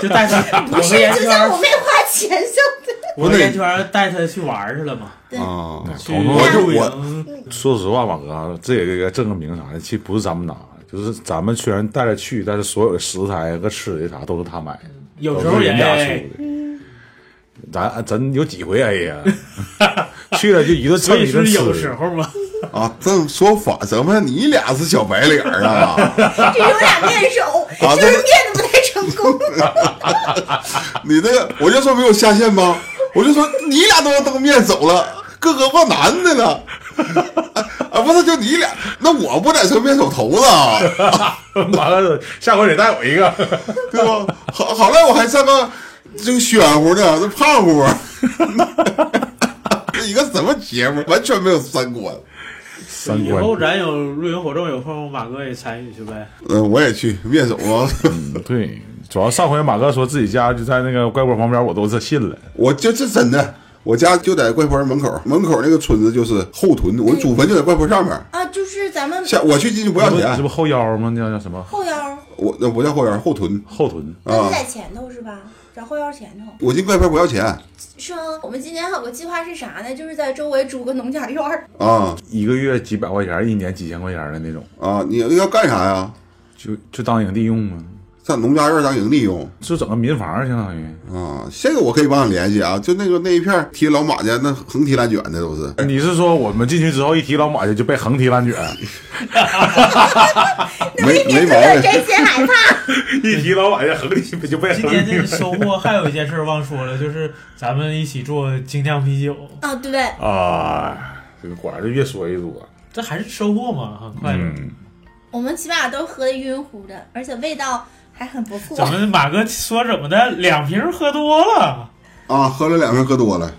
Speaker 1: 就带 他，我和
Speaker 3: 是
Speaker 1: 烟
Speaker 3: 就
Speaker 1: 圈
Speaker 3: 像我
Speaker 1: 儿，
Speaker 3: 没花钱像 的。
Speaker 1: 我和烟圈儿带他去玩儿去了嘛，
Speaker 2: 啊，
Speaker 1: 去
Speaker 4: 彤彤
Speaker 2: 我就
Speaker 1: 露
Speaker 2: 我
Speaker 1: 营，
Speaker 4: 说实话，马哥，这也该证个名啥的，其实不是咱们拿，就是咱们虽然带着去，但是所有的食材和吃的啥都是他买的，
Speaker 1: 有时
Speaker 4: 都
Speaker 1: 候
Speaker 4: 是
Speaker 1: 也
Speaker 4: 人家出的。咱咱有几回哎呀， 去了就一顿
Speaker 1: 所
Speaker 4: 蹭
Speaker 1: 以
Speaker 4: 一
Speaker 1: 说
Speaker 4: 顿
Speaker 1: 有时
Speaker 4: 吃，
Speaker 1: 候嘛，
Speaker 2: 啊，这说反什么？你俩是小白脸儿啊？
Speaker 3: 这是我俩面 熟，就是面的不太成功。
Speaker 2: 你这个，我就说没有下线吗？我就说你俩都要当面走了，个个往男的了。啊，不是，就你俩，那我不得成面手头子啊，
Speaker 4: 完了下回得带我一个。
Speaker 2: 对吧？好，好赖我还上个这个玄乎的，这胖乎，这 一个什么节目，完全没有三观。
Speaker 4: 三
Speaker 1: 以
Speaker 4: 观
Speaker 1: 后咱有露营活动有空，马哥也参与去呗。
Speaker 2: 嗯、我也去面手啊，
Speaker 4: 嗯对，主要上回马哥说自己家就在那个怪窝旁边，我都是信了。
Speaker 2: 我就这真的。我家就在怪坡门口，门口那个村子就是后屯，我祖坟就在怪坡上面。
Speaker 3: 啊，就是咱们
Speaker 2: 下我去进去不要
Speaker 4: 这
Speaker 2: 钱，
Speaker 4: 不后腰吗？那叫叫什么？
Speaker 3: 后腰，
Speaker 2: 我那不叫后园，后屯。
Speaker 4: 后臀。
Speaker 2: 嗯
Speaker 3: 那你在前头是吧？在后腰前头。
Speaker 2: 我进怪坡不要钱
Speaker 3: 是吗？我们今年还有个计划是啥呢？就是在周围租个农家院儿。
Speaker 2: 啊
Speaker 4: 一个月几百块钱，一年几千块钱的那种，
Speaker 2: 啊！你要干啥呀？
Speaker 4: 就就当营地用啊，
Speaker 2: 上农家院当营地用
Speaker 4: 就整个民房相当于。
Speaker 2: 啊？这个我可以帮你联系啊。就那个那一片儿提老马家，那横提烂卷的都是。
Speaker 4: 你是说我们进去之后一提老马去就被横提烂卷，
Speaker 2: 没
Speaker 3: 你
Speaker 2: 没
Speaker 3: 真
Speaker 2: 毛病。
Speaker 3: 的真心 害怕。
Speaker 4: 一提老马去横提就被
Speaker 1: 今年这个收获还有一件事忘说了，就是咱们一起做精酿啤酒，
Speaker 3: 啊，对，
Speaker 4: 啊！这个果然是越说越多。
Speaker 1: 这还是收获嘛，很快乐。
Speaker 4: 嗯，
Speaker 3: 我们起码都喝的晕乎的，而且味道还很不错
Speaker 1: 怎。么马哥说怎么的，两瓶喝多了，
Speaker 2: 啊，喝了两瓶，喝多了。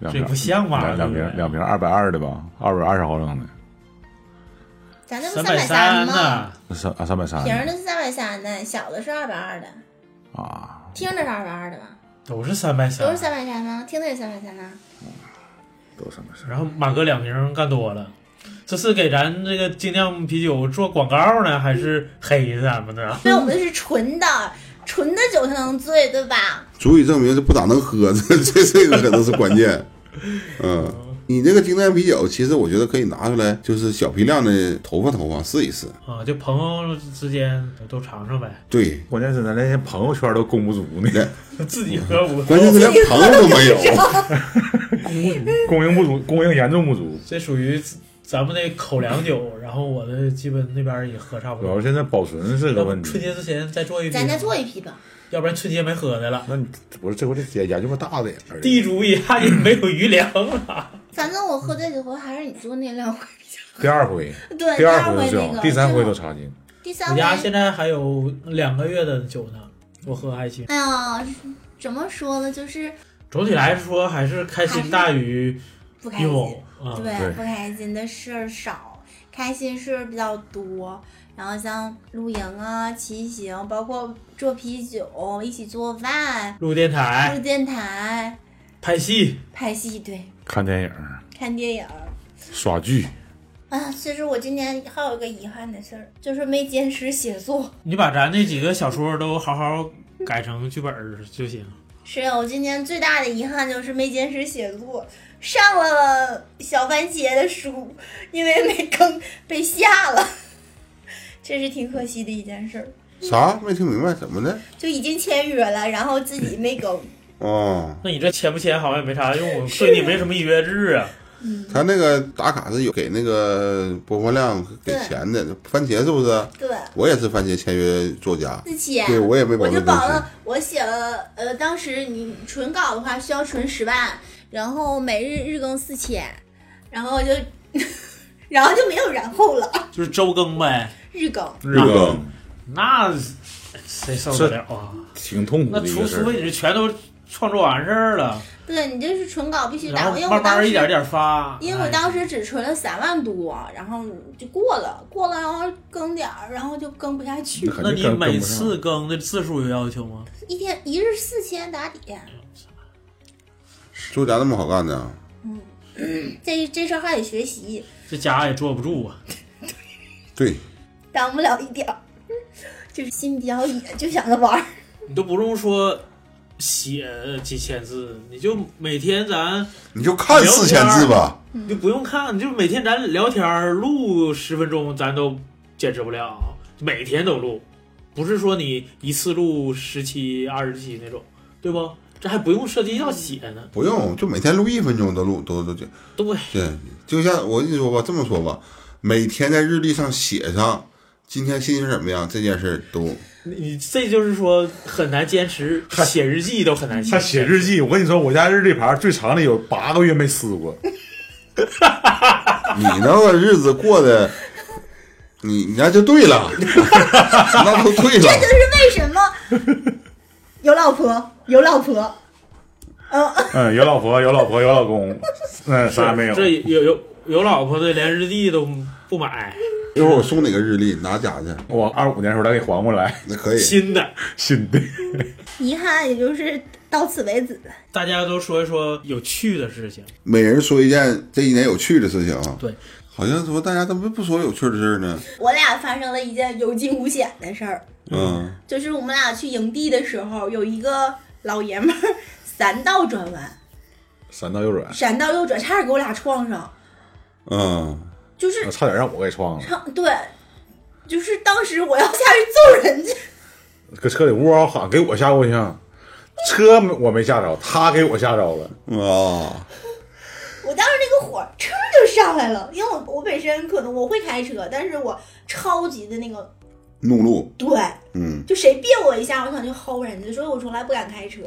Speaker 4: 两
Speaker 1: 这
Speaker 4: 瓶
Speaker 1: 不像嘛？
Speaker 4: 两两
Speaker 1: 对不
Speaker 4: 瓶
Speaker 1: 对
Speaker 4: 两瓶二百二的吧，二百二十毫升的，
Speaker 3: 咱这不
Speaker 1: 三
Speaker 3: 百
Speaker 1: 三
Speaker 3: 吗？
Speaker 1: 呢，
Speaker 4: 三啊三百三
Speaker 3: 瓶儿的是三百三的，小的是二百二的，
Speaker 4: 啊，
Speaker 3: 听着是二百二的吧？
Speaker 1: 都是三百
Speaker 3: 都
Speaker 1: 三
Speaker 3: 是。三百三吗？听的也三百三啊？
Speaker 4: 都三百三。
Speaker 1: 然后马哥两瓶干多了，这是给咱这个精酿啤酒做广告呢，还是黑咱们啊呢？
Speaker 3: 因为我们是纯的，纯的酒才能醉，对吧？
Speaker 2: 足以证明这不咋能喝，这这这个可能是关键。嗯，你这个精酿啤酒，其实我觉得可以拿出来，就是小批量的投放投放，试一试。
Speaker 1: 啊，就朋友之间都尝尝呗，
Speaker 2: 对，
Speaker 4: 关键是咱连朋友圈都供不足呢，
Speaker 1: 自己喝我
Speaker 2: 关键是连朋友都没有。
Speaker 4: 供应不足，供应严重不足。
Speaker 1: 这属于咱们的口粮酒，然后我的基本那边也喝差不
Speaker 4: 主要
Speaker 1: 多。
Speaker 4: 是现在保存是个
Speaker 1: 要不
Speaker 4: 问
Speaker 1: 春
Speaker 4: 题。
Speaker 1: 节之前再做一批，
Speaker 3: 咱再做一批吧。
Speaker 1: 要不然春节没喝的了。
Speaker 4: 那你不是这回得研究个大点儿的，
Speaker 1: 地主一下也没有余粮啊了，
Speaker 3: 反正我喝这几回还是你做那两回比较
Speaker 4: 第二回，
Speaker 3: 好。对，
Speaker 4: 第
Speaker 3: 二
Speaker 4: 二回是最
Speaker 3: 那
Speaker 4: 好，
Speaker 3: 个，
Speaker 4: 第三回
Speaker 3: 真
Speaker 4: 都
Speaker 3: 好
Speaker 4: 差劲。
Speaker 3: 第三
Speaker 1: 我
Speaker 3: 回。
Speaker 1: 家现在还有两个月的酒呢，我喝还行。
Speaker 3: 哎呀，怎么说呢？就是
Speaker 1: 总体来说还是开心大于
Speaker 3: 不开
Speaker 1: 阴
Speaker 3: 心，
Speaker 1: 谋啊。
Speaker 3: 对，
Speaker 4: 对
Speaker 3: 不开心的事儿少，开心事儿比较多。然后像露营啊、骑行，包括做啤酒、一起做饭、
Speaker 1: 录电
Speaker 3: 录
Speaker 1: 台、
Speaker 3: 电台、
Speaker 1: 拍戏，
Speaker 3: 拍戏，对，
Speaker 4: 看电影、
Speaker 3: 看电影儿。
Speaker 4: 耍剧，
Speaker 3: 啊，其实我今年还有一个遗憾的事儿，就是没坚持写作。
Speaker 1: 你把咱那几个小说都好好改成剧本儿就行。
Speaker 3: 是啊，我今年最大的遗憾就是没坚持写作，上了小番茄的书，因为没更被下了，这是挺可惜的一件事儿。
Speaker 2: 啥？没听明白？怎么的？
Speaker 3: 就已经签约了，然后自己没更。
Speaker 2: 哦，
Speaker 1: 那你这签不签好像也没啥用，啊对你没什么约制啊。
Speaker 2: 他那个打卡是有给那个播放量给
Speaker 3: 对
Speaker 2: 钱的，番茄是不是？
Speaker 3: 对，
Speaker 2: 我也是番茄签约作家，
Speaker 3: 自己
Speaker 2: 对我也没保
Speaker 3: 我就
Speaker 2: 证
Speaker 3: 保
Speaker 2: 更新。
Speaker 3: 了，我写了，呃，当时你纯稿的话需要纯十万，然后每日日更四千，然后就， 然后就没有然后了，
Speaker 1: 就是周更呗，
Speaker 3: 日更。
Speaker 4: 日
Speaker 2: 更
Speaker 1: 那谁受得了啊？
Speaker 4: 挺痛苦
Speaker 1: 那
Speaker 4: 的一
Speaker 1: 除
Speaker 4: 个事
Speaker 1: 除
Speaker 4: 儿。
Speaker 1: 非你是全都创作完事儿了，
Speaker 3: 对你就是纯稿必须
Speaker 1: 然
Speaker 3: 打，
Speaker 1: 后
Speaker 3: 因为我
Speaker 1: 慢
Speaker 3: 当
Speaker 1: 慢一点哎
Speaker 3: 时。
Speaker 1: 点发。
Speaker 3: 因为我当时只存了三万多，然后就过了，过了，然后更点儿，然后就更不下去
Speaker 4: 那
Speaker 1: 哎
Speaker 3: 了。
Speaker 4: 肯
Speaker 1: 那你
Speaker 4: 定跟
Speaker 1: 每次更的字数有要求吗？
Speaker 3: 一天一日四千打底，
Speaker 2: 作家那么好干呢？
Speaker 3: 这这事儿还得学习。
Speaker 1: 这家也坐不住啊。
Speaker 2: 对，
Speaker 3: 当不了一点儿， 就是心比较野，就想着玩儿。
Speaker 1: 你都不用说写几千字，你就每天咱
Speaker 2: 你就看
Speaker 1: 聊
Speaker 2: 四
Speaker 1: 天
Speaker 2: 千
Speaker 1: 儿
Speaker 2: 字吧。
Speaker 1: 你就不用看，你就每天咱聊天儿录十分钟，咱都坚持不了，每天都录，不是说你一次录十期、二十期那种，对不？这还不用涉及
Speaker 4: 嗯
Speaker 1: 到写呢，
Speaker 2: 不用，就每天录一分钟都录，都都都
Speaker 1: 对，
Speaker 2: 对，就像我跟你说吧，这么说吧，每天在日历上写上今天心情怎么样这件事儿 都
Speaker 1: 你你这就是说很难坚持，写日记都很难写。
Speaker 4: 他 写日记，我跟你说，我家日历牌最长的有八个月没撕过，
Speaker 2: 你那个日子过的，你你那就对 了，那都对
Speaker 3: 这就
Speaker 2: 了。
Speaker 3: 是为什么 有老婆有老婆，嗯，
Speaker 4: 嗯，有老婆，有老婆，有老公，嗯，啥也没有。
Speaker 1: 这有有有老婆的连日历都不买，
Speaker 2: 一会儿我送你个日历，拿家去，
Speaker 4: 我二五年的时候再给还过来，
Speaker 2: 那可以。
Speaker 1: 新的。
Speaker 4: 新的。
Speaker 3: 遗憾也就是到此为止。
Speaker 1: 大家都说一说有趣的事情，
Speaker 2: 每人说一件这一年有趣的事情啊。
Speaker 1: 对，
Speaker 2: 好像怎么大家怎么不说有趣的事儿呢？
Speaker 3: 我俩发生了一件有惊无险的事儿，
Speaker 2: 嗯，
Speaker 3: 就是我们俩去营地的时候，有一个老爷们儿 三道转弯，
Speaker 4: 闪到右转，
Speaker 3: 闪到右转，差点给我俩撞上，
Speaker 2: 嗯，
Speaker 3: 就是
Speaker 4: 差点让我给撞了。
Speaker 3: 对，就是当时我要下去揍人家。
Speaker 4: 搁车里呜嗷喊，给我吓够呛。车我没吓着，他给我吓着了。
Speaker 2: 啊，
Speaker 3: 我当时那个火噌就上来了，因为我我本身可能我会开车，但是我超级的那个
Speaker 2: 怒路，
Speaker 3: 对，
Speaker 2: 嗯，
Speaker 3: 就谁别我一下，我想去薅人家，所以我从来不敢开车。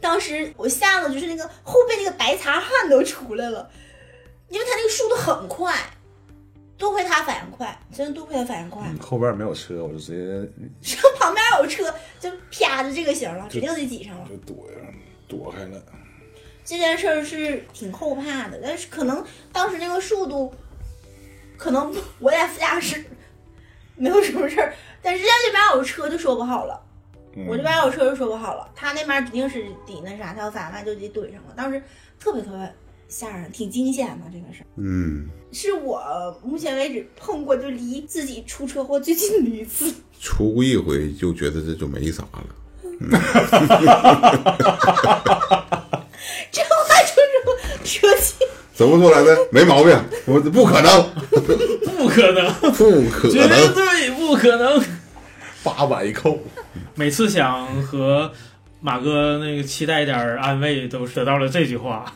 Speaker 3: 当时我吓得就是那个后背那个白擦汗都出来了，因为他那个速度很快，多亏他反应快，真的多亏他反应快。
Speaker 4: 后边没有车，我就直
Speaker 3: 然后旁边有车，就啪就这个型了，指定得挤上了
Speaker 4: 接。就躲呀，躲开了。
Speaker 3: 这件事儿是挺后怕的，但是可能当时那个速度，可能我在副驾驶没有什么事儿，但是人家这边有车就说不好了，
Speaker 2: 嗯
Speaker 3: 我这边有车就说不好了，他那边指定是得那啥，他要反弯就得怼上了，当时特别特别吓人，挺惊险的这个事儿，
Speaker 2: 嗯，
Speaker 3: 是我目前为止碰过就离自己出车祸最近的一次。
Speaker 2: 出过一回就觉得这就没啥了。
Speaker 3: 这话就是车企
Speaker 2: 怎么说来的？没毛病，我不可 能，
Speaker 1: 不可能，
Speaker 2: 不可
Speaker 1: 绝
Speaker 2: 能，
Speaker 1: 对不可能。
Speaker 4: 八百一扣，
Speaker 1: 每次想和马哥那个期待一点儿安慰，都是得到了这句 话。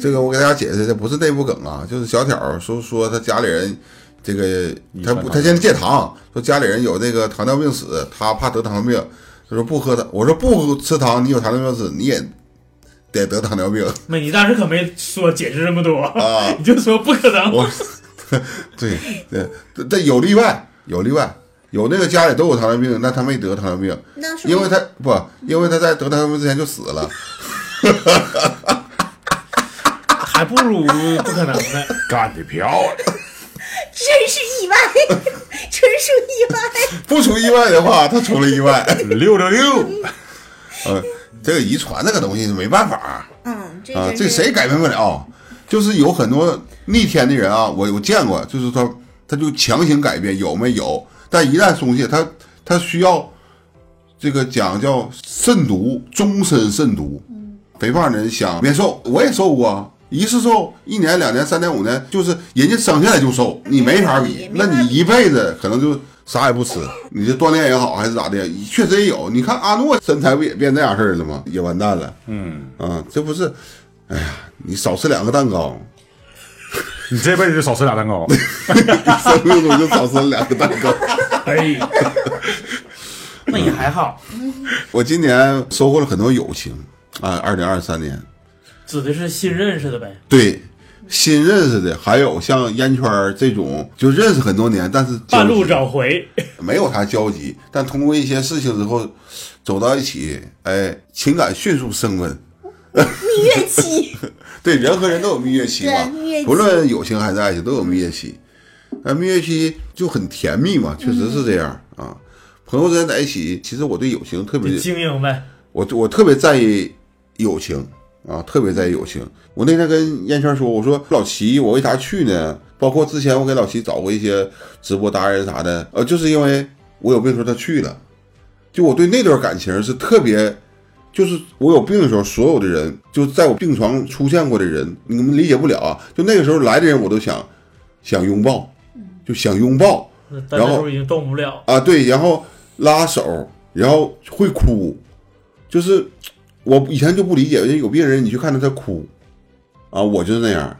Speaker 2: 这个我给大家解释，这不是内部梗啊，就是小挑说说他家里人，这个他不，他现在戒糖，说家里人有这个糖尿病史，他怕得糖尿病，他说不喝糖，我说不吃糖，你有糖尿病史，你也得得糖尿病
Speaker 1: 美你当时可没说解释这么多，
Speaker 2: 啊。
Speaker 1: 你就说不可能。
Speaker 2: 我， 对 对，这这有例外，有例外，有那个家里都有糖尿病，但他没得糖尿病，
Speaker 3: 那说
Speaker 2: 因为他不，因为他在得糖尿病之前就死了。
Speaker 1: 还不如不可能呢。
Speaker 4: 干得漂亮！
Speaker 3: 真是意外， 纯属意外。
Speaker 2: 不出意外的话，他出了意外。
Speaker 4: 六六六，
Speaker 2: 呃，这个遗传这个东西没办法啊，
Speaker 3: 嗯，这
Speaker 2: 啊
Speaker 3: 真
Speaker 2: 这
Speaker 3: 是
Speaker 2: 谁改变不了？就是有很多逆天的人啊，我我见过，就是他他就强行改变，有没有？但一旦松懈，他他需要这个讲叫慎独，终身慎独。肥胖人想免瘦，我也瘦过啊，一次瘦一年、两年、三年、五年，就是人家生下来就瘦，你没法比，
Speaker 3: 没
Speaker 2: 那
Speaker 3: 法比
Speaker 2: 你一辈子可能就啥也不吃，你这锻炼也好还是咋的，确实也有。你看阿诺身材不也变这样式儿了吗？也完蛋了。
Speaker 4: 嗯，
Speaker 2: 啊，这不是，哎呀，你少吃两个蛋糕，
Speaker 4: 你这辈子就少吃俩蛋糕。
Speaker 2: 生命中就少吃两个蛋糕。
Speaker 1: 哎，那也还好，
Speaker 2: 我今年收获了很多友情啊，二零二三年，
Speaker 1: 指的是新认识的呗。
Speaker 2: 对新认识的，还有像烟圈儿这种就认识很多年，但是交
Speaker 1: 半路
Speaker 2: 集
Speaker 1: 找回，
Speaker 2: 没有啥交集，但通过一些事情之后走到一起，哎，情感迅速升温。
Speaker 3: 蜜月期，
Speaker 2: 对，人和人都有蜜月期嘛
Speaker 3: 对蜜月，期
Speaker 2: 不论友情还是爱情都有蜜月期。那蜜月期就很甜蜜嘛，确实是这样、啊。朋友之间在一起，其实我对友情特别
Speaker 1: 得，经营呗。
Speaker 2: 我我特别在意友情啊，特别在意友情。我那天跟燕圈说，我说老齐，我为啥去呢？包括之前我给老齐找过一些直播达人啥的，呃，就是因为我有病的时候他去了，就我对那段感情是特别，就是我有病的时候，所有的人就在我病床出现过的人，你们理解不了啊。就那个时候来的人，我都想想拥抱，就想拥抱。
Speaker 1: 那但那
Speaker 2: 然后
Speaker 1: 时候已经动不了，
Speaker 2: 啊，对，然后拉手，然后会哭，就是我以前就不理解，人有病人你去看他他哭，啊，我就是那样，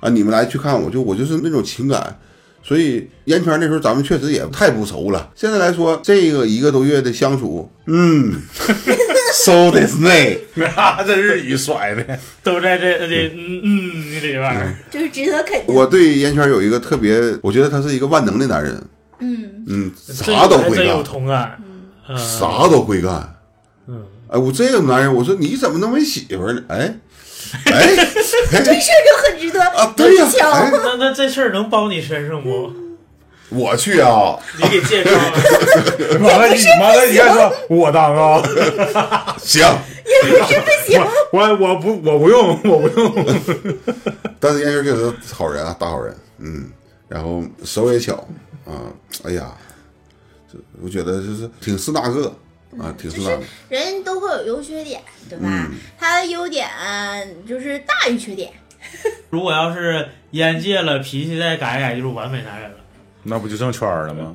Speaker 2: 啊，你们来去看我就我就是那种情感，所以烟圈那时候咱们确实也太不熟了，现在来说这个一个多月的相处，嗯 ，so this day，
Speaker 4: 那这日语甩 的，
Speaker 1: 都在这这嗯嗯这里边儿。
Speaker 3: 就是值得肯定。
Speaker 2: 我对烟圈有一个特别，我觉得他是一个万能的男人，
Speaker 3: 嗯，
Speaker 2: 嗯，
Speaker 1: 这
Speaker 2: 啥都
Speaker 1: 还
Speaker 2: 会
Speaker 1: 真
Speaker 2: 干
Speaker 1: 有，同感。嗯，
Speaker 2: 啥都会干。
Speaker 1: 嗯，
Speaker 2: 哎，我这种男人，我说你怎么能没媳妇儿呢？哎，哎，
Speaker 3: 这事儿就很值得
Speaker 2: 啊，对呀、
Speaker 3: 一瞧
Speaker 2: 哎，
Speaker 1: 那那这事儿能包你身上不？
Speaker 2: 我去啊，
Speaker 1: 你给介绍啊，
Speaker 4: 完了你完了你还说我当啊？
Speaker 2: 行，
Speaker 3: 也不是不行。
Speaker 4: 我我不我不用我不用。
Speaker 2: 但是燕儿确实好人啊，大好人，嗯，然后手也巧啊，哎呀，这我觉得就是挺是那个啊，挺是那个，
Speaker 3: 人都会有优缺点，对吧？
Speaker 2: 嗯
Speaker 3: 他的优点就是大于缺点。
Speaker 1: 如果要是烟戒了，脾气再改改，就是完美男人了。
Speaker 4: 那不就成圈儿了 吗？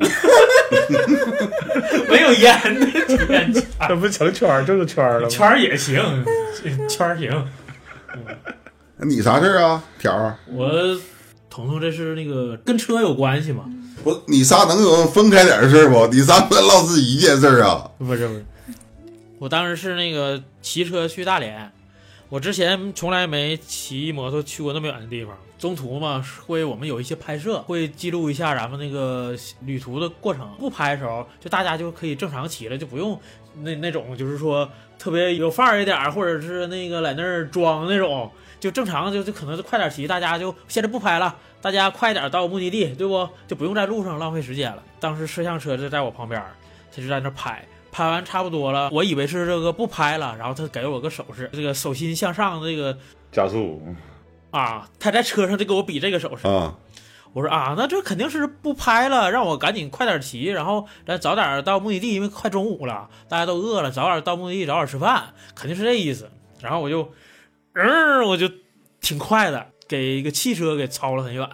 Speaker 1: 没有烟的烟戒
Speaker 4: 那不成圈儿就是圈儿了 吗？
Speaker 1: 圈儿也行，圈儿行。
Speaker 2: 你啥事儿啊，条儿？
Speaker 1: 我彤彤这是那个跟车有关系吗？
Speaker 2: 不是，你仨能有分开点事儿不？你仨不能唠是一件事儿啊？
Speaker 1: 不是不是，我当时是那个骑车去大连，我之前从来没骑摩托去过那么远的地方。中途嘛，会我们有一些拍摄，会记录一下咱们那个旅途的过程。不拍的时候，就大家就可以正常骑了，就不用那那种就是说特别有范儿一点儿，或者是那个在那儿装那种，就正常就就可能就快点骑，大家就现在不拍了，大家快点到目的地，对不？就不用在路上浪费时间了。当时摄像车就在我旁边儿，他就在那儿拍。拍完差不多了，我以为是这个不拍了，然后他给我个手势，这个手心向上这个
Speaker 4: 加速，
Speaker 1: 啊，他在车上就给我比这个手势，
Speaker 2: 啊，
Speaker 1: 我说啊，那这肯定是不拍了，让我赶紧快点骑，然后咱早点到目的地，因为快中午了，大家都饿了，早点到目的地，早点吃饭，肯定是这意思。然后我就嗯、我就挺快的，给一个汽车给超了很远。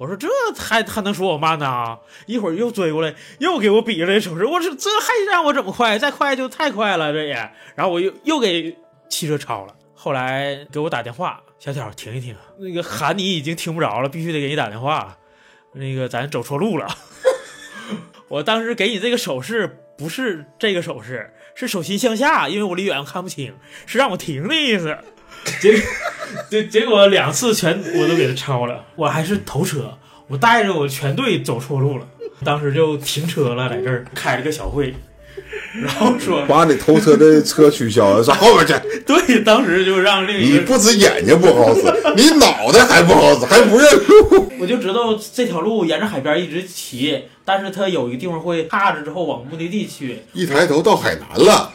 Speaker 1: 我说这还还能说我慢呐？一会儿又追过来，又给我比了一手势。我说这还让我怎么快？再快就太快了，这也。然后我又又给汽车超了。后来给我打电话，小挑停一停，那个喊你已经听不着了，必须得给你打电话。那个咱走错路了。 我当时给你这个手势不是这个手势，是手心向下，因为我离远看不清，是让我停的意思。结果 结结果两次全我都给他超了，我还是头车，我带着我全队走错路了，当时就停车了，在这儿开了个小会，然后说
Speaker 2: 把你头车的车取消了，上后边去。
Speaker 1: 对，当时就让另一
Speaker 2: 你
Speaker 1: 个
Speaker 2: 不止眼睛不好使，你脑袋还不好使，还不认路。
Speaker 1: 我就知道这条路沿着海边一直骑，但是它有一个地方会岔着之后往目的地去。
Speaker 2: 一抬头到海南了，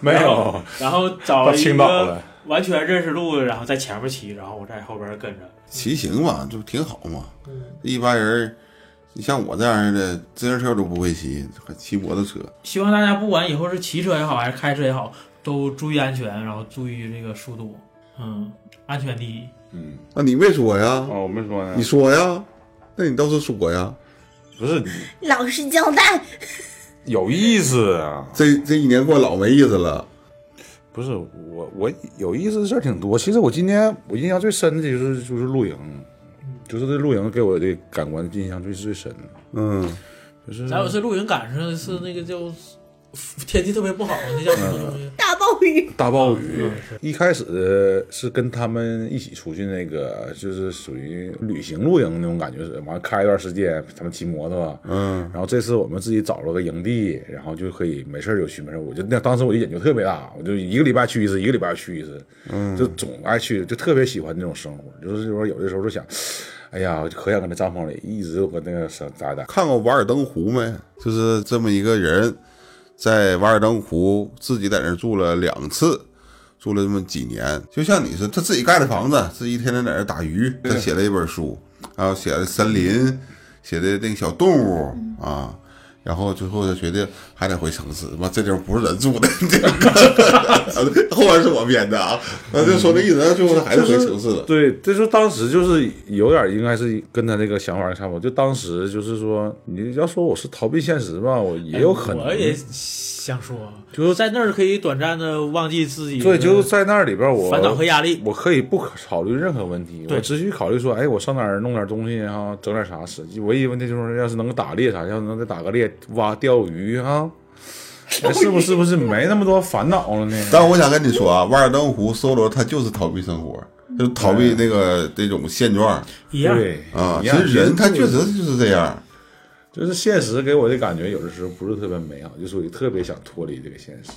Speaker 4: 没有，
Speaker 1: 然后找
Speaker 4: 到
Speaker 1: 一
Speaker 4: 青岛
Speaker 1: 个
Speaker 4: 了
Speaker 1: 完全认识路，然后在前面骑，然后我在后边跟着。
Speaker 2: 骑行嘛，就挺好嘛。一般人，你像我这样的，自行车都不会骑，还骑摩托车。
Speaker 1: 希望大家不管以后是骑车也好还是开车也好，都注意安全，然后注意这个速度，嗯，安全第一。
Speaker 4: 嗯，
Speaker 2: 那你没说呀？
Speaker 4: 哦，我没说呢
Speaker 2: 你，说呀？那你倒是说呀？
Speaker 4: 不是
Speaker 3: 老实交代，
Speaker 4: 有意思啊，
Speaker 2: 这这一年过老没意思了。
Speaker 4: 不是我我有意思的事儿挺多。其实我今天我印象最深的就是就是露营，就是这露营给我的感官印象最最深的，
Speaker 2: 嗯，
Speaker 4: 就是
Speaker 5: 咱有次露营赶上是那个叫天气特别不好，那叫什么
Speaker 4: 嗯
Speaker 5: 东西？
Speaker 3: 大暴雨，
Speaker 4: 大暴雨，一开始是跟他们一起出去，那个就是属于旅行露营那种感觉是，完了开一段时间，他们骑摩托，嗯，然后这次我们自己找了个营地，然后就可以没事儿就去，没事儿我就那当时我的眼睛特别大，我就一个礼拜去一次，一个礼拜去一次，嗯，就总爱去，就特别喜欢这种生活，就是说有的时候就想，哎呀，我就可想搁那帐篷里一直搁那个啥待待，
Speaker 2: 看过《瓦尔登湖》没？就是这么一个人，在瓦尔登湖自己在那儿住了两次，住了这么几年，就像你似的，他自己盖的房子，自己一天天在那儿打鱼。他写了一本书，然后写的森林，写的那个小动物啊，然后最后他决定还得回城市，妈这地方不是人住的， 这个后边是我编的啊，那就说这意思，最后他还是回城市了。
Speaker 4: 对，这就当时就是有点儿应该是跟他那个想法差不多。就当时就是说，你要说我是逃避现实吧，我也有可能。
Speaker 1: 哎我也想说，
Speaker 4: 就是
Speaker 1: 在那儿可以短暂的忘记自己的
Speaker 4: 对，就是在那里边我
Speaker 1: 烦恼和压力。
Speaker 4: 我可以不考虑任何问题，
Speaker 1: 对
Speaker 4: 我只需考虑说，哎，我上哪儿弄点东西哈，整点啥吃。唯一问题就是，要是能打猎啥，要是能再打个猎，挖钓 鱼哈，哎是不是不是没那么多烦恼了呢？
Speaker 2: 但我想跟你说啊，瓦尔登湖搜罗他就是逃避生活，就是逃避那个那种现状
Speaker 1: 一样，
Speaker 4: 对
Speaker 2: 啊。
Speaker 4: 一
Speaker 2: 其
Speaker 4: 样
Speaker 2: 实人他确实就是这样，
Speaker 4: 就是现实给我的感觉，有的时候不是特别美好，就属于特别想脱离这个现实，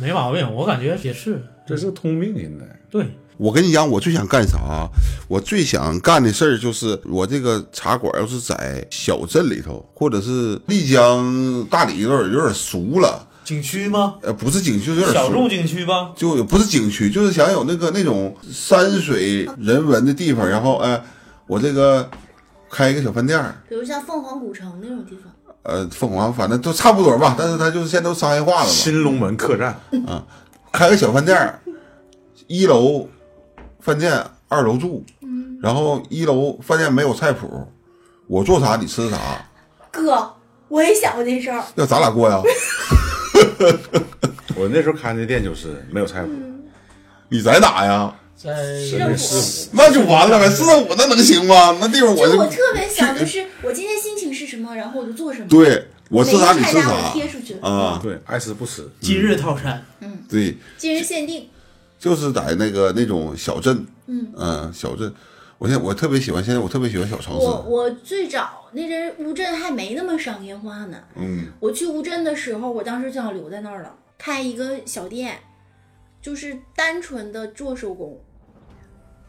Speaker 1: 没毛病，我感觉也是
Speaker 4: 这是通病现在。
Speaker 1: 对。
Speaker 2: 我跟你讲，我最想干啥啊？我最想干的事儿就是，我这个茶馆要是在小镇里头，或者是丽江、大理有点有点俗了，
Speaker 5: 景区吗？
Speaker 2: 呃，不是景区，有点
Speaker 5: 小
Speaker 2: 俗
Speaker 5: 众。景区吧。
Speaker 2: 就也不是景区，就是想有那个那种山水人文的地方，然后哎，我这个开一个小饭店儿，
Speaker 3: 比如像凤凰古城那种地方，
Speaker 2: 呃，凤凰反正都差不多吧，但是它就是现在都商业化了嘛，
Speaker 4: 新龙门客栈，
Speaker 2: 开个小饭店儿，一楼饭店，二楼住，
Speaker 3: 嗯
Speaker 2: 然后一楼饭店没有菜谱，我做啥你吃啥，
Speaker 3: 哥，我也想过这事儿，
Speaker 2: 要咱俩过呀？
Speaker 4: 我那时候开那店就是没有菜谱，
Speaker 3: 嗯
Speaker 2: 你在哪呀？
Speaker 5: 在
Speaker 4: 是那师
Speaker 2: 那就完了呗，四到五那能行吗？那地方我
Speaker 3: 就
Speaker 2: 就
Speaker 3: 我特别想，就是我今天心情是什么，然后我就做什么。
Speaker 2: 对我吃啥你
Speaker 3: 每一
Speaker 2: 吃
Speaker 3: 菜单我
Speaker 2: 啥
Speaker 3: 贴出去
Speaker 2: 啊
Speaker 4: 傅，？对，爱吃不吃，
Speaker 1: 今日套餐，
Speaker 2: 对，
Speaker 3: 今日限定，
Speaker 2: 就是在那个那种小镇，
Speaker 3: 嗯
Speaker 2: 小镇。我现在我特别喜欢，现在我特别喜欢小城市。
Speaker 3: 我我最早那阵儿乌镇还没那么商业化呢。
Speaker 2: 嗯，
Speaker 3: 我去乌镇的时候，我当时就想留在那儿了，开一个小店，就是单纯的做手工。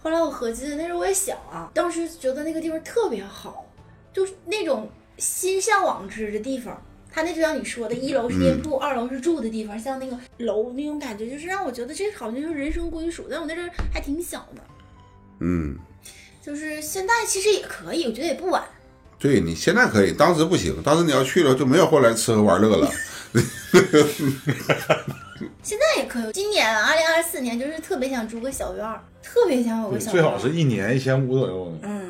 Speaker 3: 后来我合计，那时候我也小啊，当时觉得那个地方特别好，就是那种心向往之的地方。它那就像你说的，一楼是店铺，二楼是住的地方，像那个楼那种感觉，就是让我觉得这好像就是人生归属。但我那阵儿还挺小呢，
Speaker 2: 嗯，
Speaker 3: 就是现在其实也可以，我觉得也不晚。
Speaker 2: 对你现在可以，当时不行，当时你要去了就没有后来吃喝玩乐了。
Speaker 3: 现在也可以。今年啊二零二四年就是特别想租个小院儿，特别想有个小
Speaker 4: 最
Speaker 3: 院
Speaker 4: 好
Speaker 3: 儿。
Speaker 4: 是一年一千五左右的。
Speaker 3: 嗯，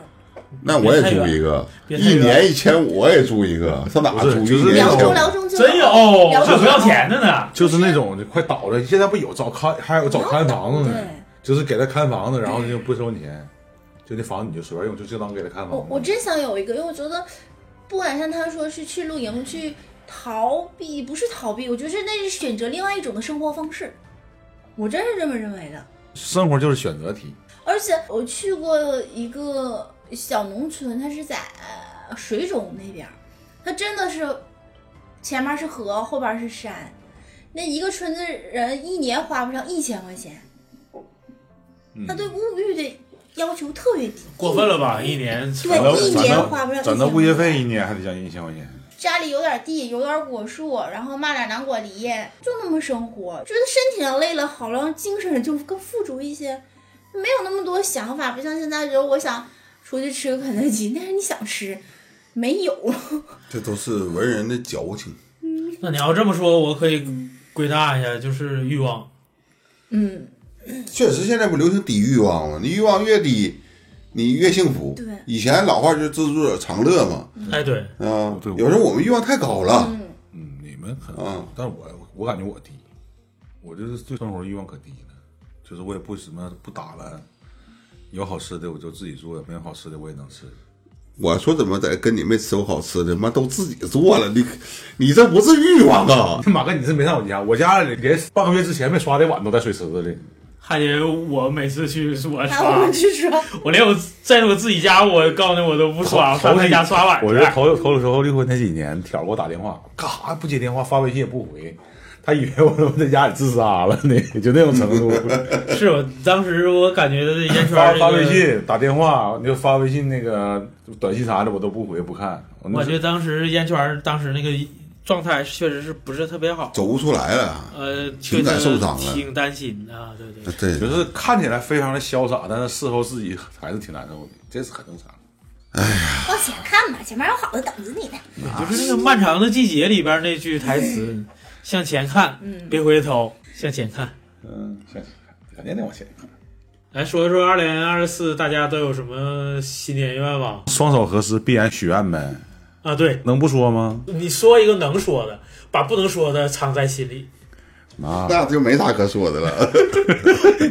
Speaker 2: 那我也租一个，
Speaker 1: 别太远
Speaker 2: 一年一千五我也租一个，上哪
Speaker 4: 不是
Speaker 2: 租
Speaker 4: 就
Speaker 2: 一
Speaker 4: 是
Speaker 2: 年
Speaker 3: 辽
Speaker 2: 一
Speaker 4: 那
Speaker 2: 千五？
Speaker 3: 中辽中
Speaker 4: 种
Speaker 3: 就
Speaker 5: 真有，哦
Speaker 3: 辽
Speaker 5: 这
Speaker 3: 中
Speaker 5: 不要钱的呢。
Speaker 4: 就是那种就快倒了，现在不有找看，还有找看房子呢，
Speaker 3: 对
Speaker 4: 就是给他看房子，然后就不收你钱，就那房子你就随便用，就就当给他看
Speaker 3: 我
Speaker 4: 房
Speaker 3: 我
Speaker 4: 子。
Speaker 3: 真想有一个，因为我觉得，不管像他说是去露营去逃避，不是逃避，我觉得是那是选择另外一种的生活方式，我真是这么认为的。
Speaker 4: 生活就是选择题，
Speaker 3: 而且我去过一个小农村，它是在水肿那边儿，它真的是前面是河，后边是山，那一个村子人一年花不上一千块钱，他对物欲的要求特别低，
Speaker 1: 过分了
Speaker 5: 嗯
Speaker 1: 吧？一年
Speaker 3: 对
Speaker 4: 攒到
Speaker 3: 哎一
Speaker 4: 攒
Speaker 3: 年
Speaker 4: 到
Speaker 3: 花不了
Speaker 4: 攒到
Speaker 3: 1000
Speaker 4: 物业费一年还得将近一千块钱。
Speaker 3: 家里有点地，有点果树，然后卖点南瓜梨，就那么生活，觉得身体上累了，好让精神就更富足一些，没有那么多想法，不像现在，比如我想出去吃个肯德基，但是你想吃，没有。
Speaker 2: 这都是文人的矫情。
Speaker 1: 那你要这么说，我可以归纳一下，就是欲望。
Speaker 3: 嗯，
Speaker 2: 确实，现在不流行低欲望吗？你欲望越低，你越幸福。
Speaker 3: 对
Speaker 2: 以前老话就是“知足者常乐”嘛。
Speaker 5: 嗯
Speaker 1: 哎，对，
Speaker 2: 啊
Speaker 4: 对，
Speaker 2: 有时候我们欲望太高了。
Speaker 4: 嗯，你们可
Speaker 2: 嗯
Speaker 4: 能，但是我我感觉我低，我就是对生活欲望可低了，就是我也不什么不打扮，有好吃的我就自己做，没有好吃的我也能吃。
Speaker 2: 我说怎么在跟你没吃过好吃的，妈都自己做了，你你这不是欲望啊！
Speaker 4: 马哥，你是没上我家，我家里连半个月之前没刷的碗都在水池子里。
Speaker 1: 还得我每次去我
Speaker 3: 然后我
Speaker 1: 刷
Speaker 3: 们，去说，
Speaker 1: 我连我在我自己家，我告诉你我都不刷，
Speaker 4: 头
Speaker 1: 上
Speaker 4: 头
Speaker 1: 他家刷碗去。哎
Speaker 4: 我觉得头头的时候离婚那几年，挑儿给我打电话，干啥不接电话，发微信也不回，他以为我他妈在家里自杀了呢， 就那种程度。
Speaker 1: 是我当时我感觉烟圈
Speaker 4: 发
Speaker 1: 这个
Speaker 4: 发微，信、打电话，你就发微信那个短信啥的，我都不回不看。我
Speaker 1: 我
Speaker 4: 那
Speaker 1: 觉得当时烟圈当时那个状态确实是不是特别好，
Speaker 2: 走不出来了，
Speaker 1: 呃，
Speaker 2: 情感
Speaker 1: 确实
Speaker 2: 受伤了
Speaker 1: 挺担心的，啊对对。
Speaker 2: 对，
Speaker 4: 就是看起来非常的潇洒，但是事后自己还是挺难受的，这是很正常。
Speaker 3: 往前看吧，前面有好的等着你呢。
Speaker 1: 就是那个漫长的季节里边那句台词：“向前看，别回头，向前看。
Speaker 4: 嗯，向前看，肯定得往前看。”
Speaker 1: 来说一说二零二四，大家都有什么新年愿望
Speaker 4: 双手合十，必然许愿呗，
Speaker 1: 啊？对，
Speaker 4: 能不说吗？
Speaker 1: 你说一个能说的，把不能说的藏在心里。
Speaker 4: 啊，
Speaker 2: 那就没啥可说的了。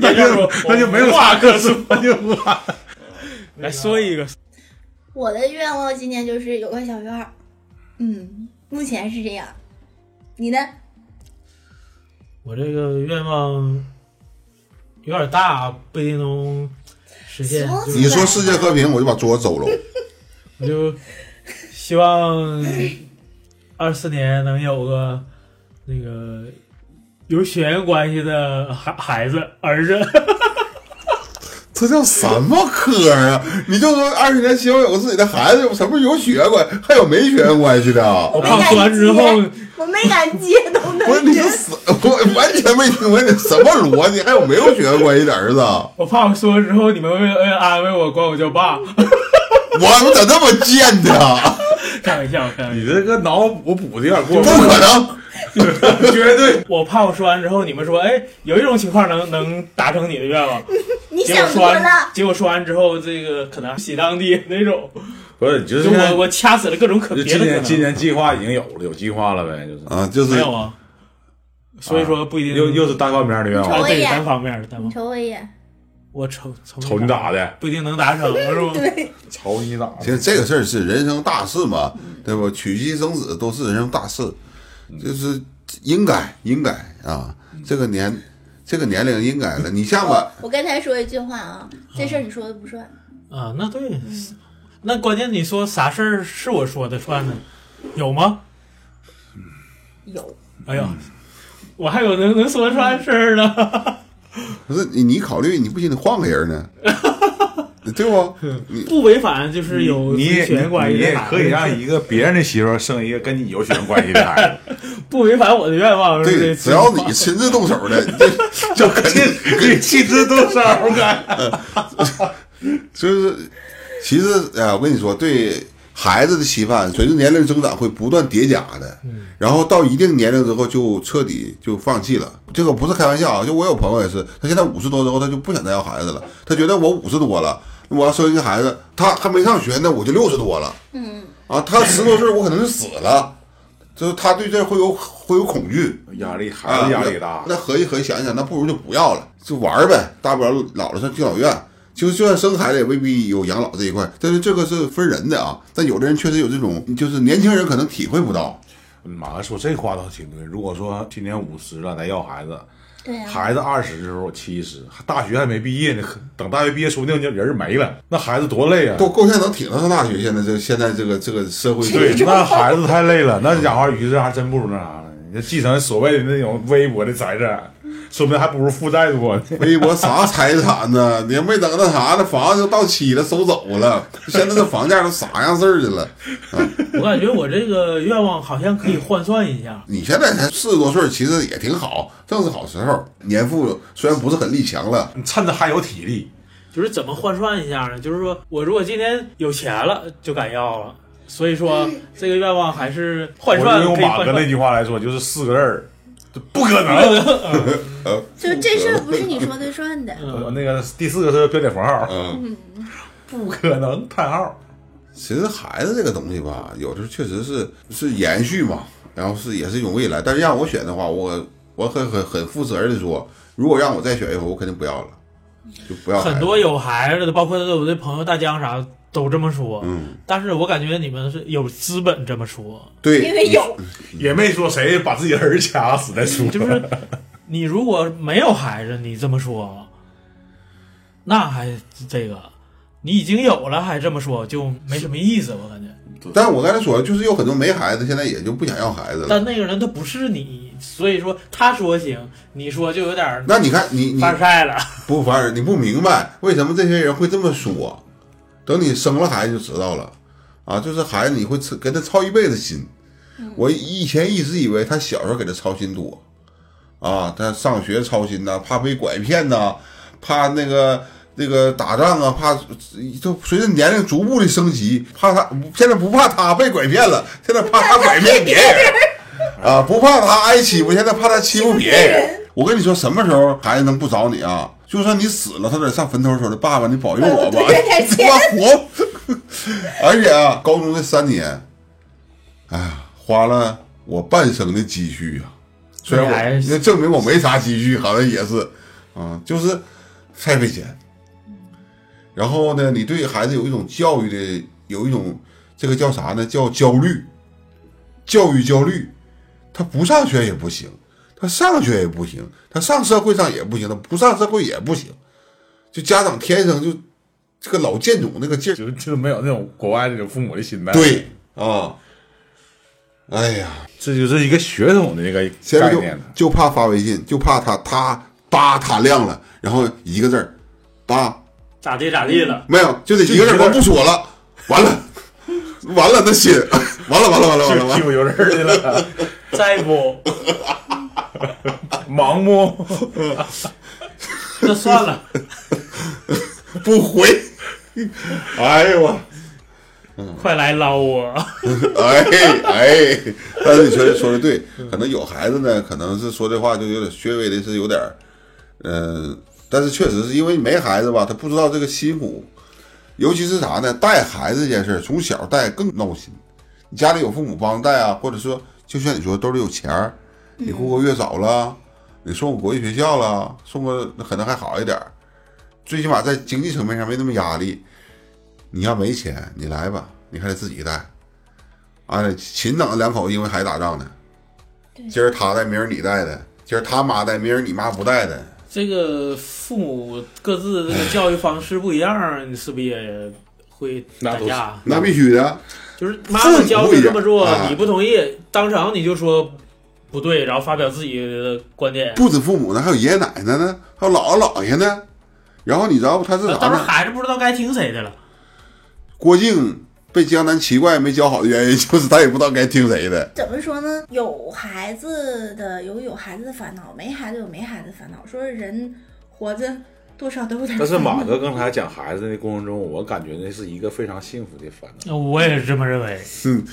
Speaker 1: 那就
Speaker 4: 那就没有
Speaker 1: 话可说。
Speaker 4: 说，就无话。
Speaker 1: 来说一个，
Speaker 3: 我的愿望今年就是有个小院儿，嗯，目前是这样。你呢？
Speaker 1: 我这个愿望有点大，啊不一定能实现。
Speaker 3: 行
Speaker 1: 就是
Speaker 2: 你说世界和平，我就把桌子走了。
Speaker 1: 我就希望二四年能有个那个有血缘关系的孩孩子儿子，
Speaker 2: 这叫什么科啊？你就说二十年希望有自己的孩子，有什么有血缘关，还有没血缘关系的啊？
Speaker 1: 我胖完之后
Speaker 3: 我没敢接，都能
Speaker 2: 不是你这死，我完全没听明白你什么逻辑？还有没有血缘关系的儿 子？啊
Speaker 1: 我胖说完之后，你们为了安慰我，管我叫爸，
Speaker 2: 我们咋这么贱呢？
Speaker 1: 开玩笑，开玩笑。
Speaker 4: 你这个脑补补的有点过
Speaker 2: 不
Speaker 4: 分，
Speaker 2: 可能！
Speaker 4: 绝对。
Speaker 1: 我怕我说完之后，你们说，哎，有一种情况能 能达成你的愿望。
Speaker 3: 你
Speaker 1: 结果
Speaker 3: 想
Speaker 1: 说
Speaker 3: 多
Speaker 1: 完
Speaker 3: 了，，
Speaker 1: 结果说完之后，这个可能喜当爹那种，
Speaker 4: 不是，你就是
Speaker 1: 就
Speaker 4: 现在
Speaker 1: 我我掐死了各种可
Speaker 4: 就
Speaker 1: 别
Speaker 4: 今
Speaker 1: 的可
Speaker 4: 年
Speaker 1: 能。
Speaker 4: 今年计划已经有了，有计划了呗，就是
Speaker 2: 啊，就是
Speaker 1: 没有啊，所以说不一定。
Speaker 4: 又又是单方面的愿
Speaker 1: 啊，
Speaker 4: 望，
Speaker 1: 对单方面的单方
Speaker 3: 你
Speaker 1: 面。
Speaker 3: 瞅我一 眼。
Speaker 1: 我瞅瞅
Speaker 4: 瞅你咋的，
Speaker 1: 不一定能达成，是吗？
Speaker 4: 瞅你咋的，
Speaker 2: 行，这个事儿是人生大事嘛，对吧？娶妻生子都是人生大事，就是应该应该啊，这个年这个年龄应该了。你下吧，
Speaker 3: 我刚才说一句话啊，这事儿你说的不算。
Speaker 1: 啊，那对，那关键你说啥事儿是我说的算呢？有吗？
Speaker 3: 有，
Speaker 1: 哎呀，
Speaker 4: 嗯
Speaker 1: 我还有能能说得出来事儿呢，
Speaker 2: 不是你你考虑，你不行，你换个人呢，对不？你
Speaker 1: 不违反就是有
Speaker 4: 嗯你也
Speaker 1: 血缘关
Speaker 4: 你
Speaker 1: 系的
Speaker 4: 也
Speaker 1: 法律，
Speaker 4: 可以让一个别人的媳妇儿生一个跟你有血缘关系的孩 子，
Speaker 1: 不违反我的愿望，是不
Speaker 2: 对，
Speaker 1: 是
Speaker 2: 只要你亲自动手的，你这就肯定
Speaker 4: 你气质多少感？
Speaker 2: 呃就是，其实哎呀，我跟你说，对孩子的期盼随着年龄增长会不断叠加的，然后到一定年龄之后就彻底就放弃了。这个不是开玩笑啊，就我有朋友也是，他现在五十多之后他就不想再要孩子了，他觉得我五十多了，我要生一个孩子，他还没上学呢，我就六十多了，嗯，啊，他十多岁我可能就死了，就是他对这会有会有恐惧，
Speaker 4: 嗯压力孩
Speaker 2: 啊，
Speaker 4: 子压力大，
Speaker 2: 那合计合计想一想，那不如就不要了，就玩儿呗，大不了老了上敬老院。就就算生孩子也未必有养老这一块，但是这个是分人的啊。但有的人确实有这种，就是年轻人可能体会不到。
Speaker 4: 马哥说这话倒挺对。如果说今年五十了，咱要孩子，
Speaker 3: 对啊呀、
Speaker 4: 孩子二十的时候七十，大学还没毕业呢，等大学毕业说不定就人儿没了，那孩子多累啊！
Speaker 2: 都够呛能挺到上大学。现在这现在这个这个社会
Speaker 4: 对，那孩子太累了，那家伙于是还真不如那啥了。你就继承所谓的那种微薄的财产，说不定还不如负债多呢。
Speaker 2: 微博啥财产呢？你还没等那啥呢，房子就到期了，收走了。现在这房价都啥样事儿去了？
Speaker 1: 我感觉我这个愿望好像可以换算一下，
Speaker 2: 你现在才四十多岁，其实也挺好，正是好时候。年富虽然不是很力强了，嗯
Speaker 4: 你趁着还有体力，
Speaker 1: 就是怎么换算一下呢？就是说我如果今天有钱了，就敢要了。所以说这个愿望还是
Speaker 4: 我
Speaker 1: 换
Speaker 4: 就
Speaker 1: 算可
Speaker 4: 用
Speaker 1: 以
Speaker 4: 马
Speaker 1: 换
Speaker 4: 哥那
Speaker 1: 算。
Speaker 4: 句话来说，就是四个字儿，这不可能。
Speaker 2: 呃，
Speaker 3: 就这事儿不是你说的算的，
Speaker 4: 呃那个第四个是标点符号，
Speaker 2: 嗯。
Speaker 4: 不可能叹号。
Speaker 2: 其实孩子这个东西吧，有的时候确实是是延续嘛，然后是也是一种未来。但是让我选的话，我我很很很负责任的说，如果让我再选一回，我肯定不要了，就不要孩子
Speaker 1: 很多有孩子的，包括我的朋友大江啥都这么说，
Speaker 2: 嗯，
Speaker 1: 但是我感觉你们是有资本这么说，
Speaker 2: 对，
Speaker 3: 因为有
Speaker 4: 也没说谁把自己儿子掐死再说，
Speaker 1: 就是你如果没有孩子，你这么说，那还这个，你已经有了还这么说，就没什么意思，我感觉。
Speaker 2: 但我刚才说了，就是有很多没孩子，现在也就不想要孩子了。
Speaker 1: 但那个人他不是你，所以说他说行，你说就有点儿
Speaker 2: 那你看，你你
Speaker 1: 凡尔赛了。
Speaker 2: 不反而你不明白为什么这些人会这么说，等你生了孩子就知道了啊，就是孩子你会操跟他操一辈子心。我以前一直以为他小时候给他操心多，啊，他上学操心呐、怕被拐骗呐、怕那个那个打仗啊，怕就随着年龄逐步的升级，怕他现在不怕他被拐骗了，现在怕他拐骗别 人。啊，不怕他挨欺负，现在怕他欺负别人。我跟你说，什么时候孩子能不找你啊？就算你死了，他得上坟头说的：“爸爸，你保佑我吧，
Speaker 3: 我多赚点钱
Speaker 2: 妈活。” 而且啊，高中这三年，哎呀，花了我半生的积蓄啊。虽然
Speaker 1: 那还
Speaker 2: 我
Speaker 1: 是
Speaker 2: 那证明我没啥积蓄，好像也是，啊，就是太费钱。然后呢，你对孩子有一种教育的，有一种这个叫啥呢？叫焦虑，教育焦虑。他不上学也不行，他上学也不行，他上社会上也不行，他不上社会也不行。就家长天生就这个老贱种那个劲儿，
Speaker 4: 就就没有那种国外那种父母的心态。，
Speaker 2: 对啊，哎呀，
Speaker 4: 这就是一个血统的一个
Speaker 2: 现在
Speaker 4: 概
Speaker 2: 就
Speaker 4: 念了。
Speaker 2: 就怕发微信，就怕他他叭他亮了，然后一个字儿，叭
Speaker 1: 咋地咋地了，
Speaker 2: 没有，就得一个字儿，
Speaker 4: 就一个字儿
Speaker 2: 我不说了，完了，完了，那心， 完了完了完了完了
Speaker 4: 就
Speaker 2: 完
Speaker 4: 屁
Speaker 2: 了，
Speaker 4: 股有人儿去了，
Speaker 1: 再不
Speaker 4: 盲目。
Speaker 1: 那算了，
Speaker 2: 嗯不回， 哎呦我，
Speaker 1: 快来捞我。
Speaker 2: 哎哎，但是你确实说的对，可能有孩子呢，可能是说这话就有点稍微的是有点儿，嗯、但是确实是因为没孩子吧，他不知道这个辛苦，尤其是啥呢？带孩子这件事儿，从小带更闹心。你家里有父母帮带啊，或者说就像你说兜里有钱儿，你户口月嫂了，你送个国际学校了，送个那可能还好一点儿，最起码在经济层面上没那么压力。你要没钱，你来吧，你还得自己带。啊，秦等两口因为孩子打仗呢，今儿他带，明儿你带的，今儿他妈带，明儿你妈不带的，
Speaker 1: 这个父母各自的这个教育方式不一样，你是不是也会
Speaker 4: 那
Speaker 1: 打
Speaker 4: 都是
Speaker 1: 架？
Speaker 2: 那必须的。
Speaker 1: 就是妈妈教你这么做
Speaker 2: 父母不一，样
Speaker 1: 你不同意，当场你就说不对，然后发表自己的观点。
Speaker 2: 不止父母呢，还有爷爷奶奶呢，还有姥姥姥爷呢。然后你知道他是啥
Speaker 1: 当时
Speaker 2: 呢？
Speaker 1: 孩子不知道该听谁的了，
Speaker 2: 郭靖被江南七怪没教好的原因，就是他也不知道该听谁的。
Speaker 3: 怎么说呢？有孩子的有有孩子的烦恼，没孩子有没孩子的烦恼。说人活着多少都有点。
Speaker 6: 但是马哥刚才讲孩子的过程中，我感觉那是一个非常幸福的烦恼。
Speaker 5: 那我也是这么认为。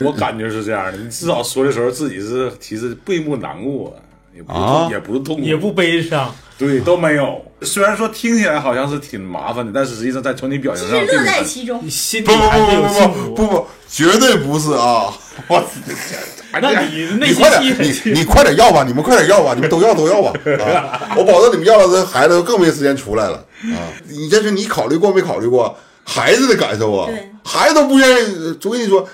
Speaker 6: 我感觉是这样的，你至少说的时候自己是其实并不难过，也不是痛、
Speaker 2: 啊
Speaker 6: 也不是痛苦，
Speaker 5: 也不悲伤，
Speaker 6: 对，都没有。虽然说听起来好像是挺麻烦的，但是实际上在从你表
Speaker 3: 其
Speaker 6: 情
Speaker 3: 实
Speaker 6: 上并
Speaker 3: 乐
Speaker 6: 没
Speaker 3: 在
Speaker 6: 有。
Speaker 3: 其
Speaker 1: 嗯
Speaker 3: 中，
Speaker 5: 心里
Speaker 2: 不不
Speaker 5: 还是有幸
Speaker 2: 不不不
Speaker 5: 福。
Speaker 2: 不不，绝对不是啊！我
Speaker 6: 哎
Speaker 5: 那
Speaker 6: 呀
Speaker 5: 你内
Speaker 2: 你
Speaker 5: 心
Speaker 2: 快
Speaker 5: 戏
Speaker 2: 点，你你快点要吧，你们快点要吧，你们都要都要吧！ 啊，我保证你们要了，这孩子更没时间出来了啊！你这是你考虑过没考虑过孩子的感受啊
Speaker 3: 对？
Speaker 2: 孩子都不愿意。我跟你说，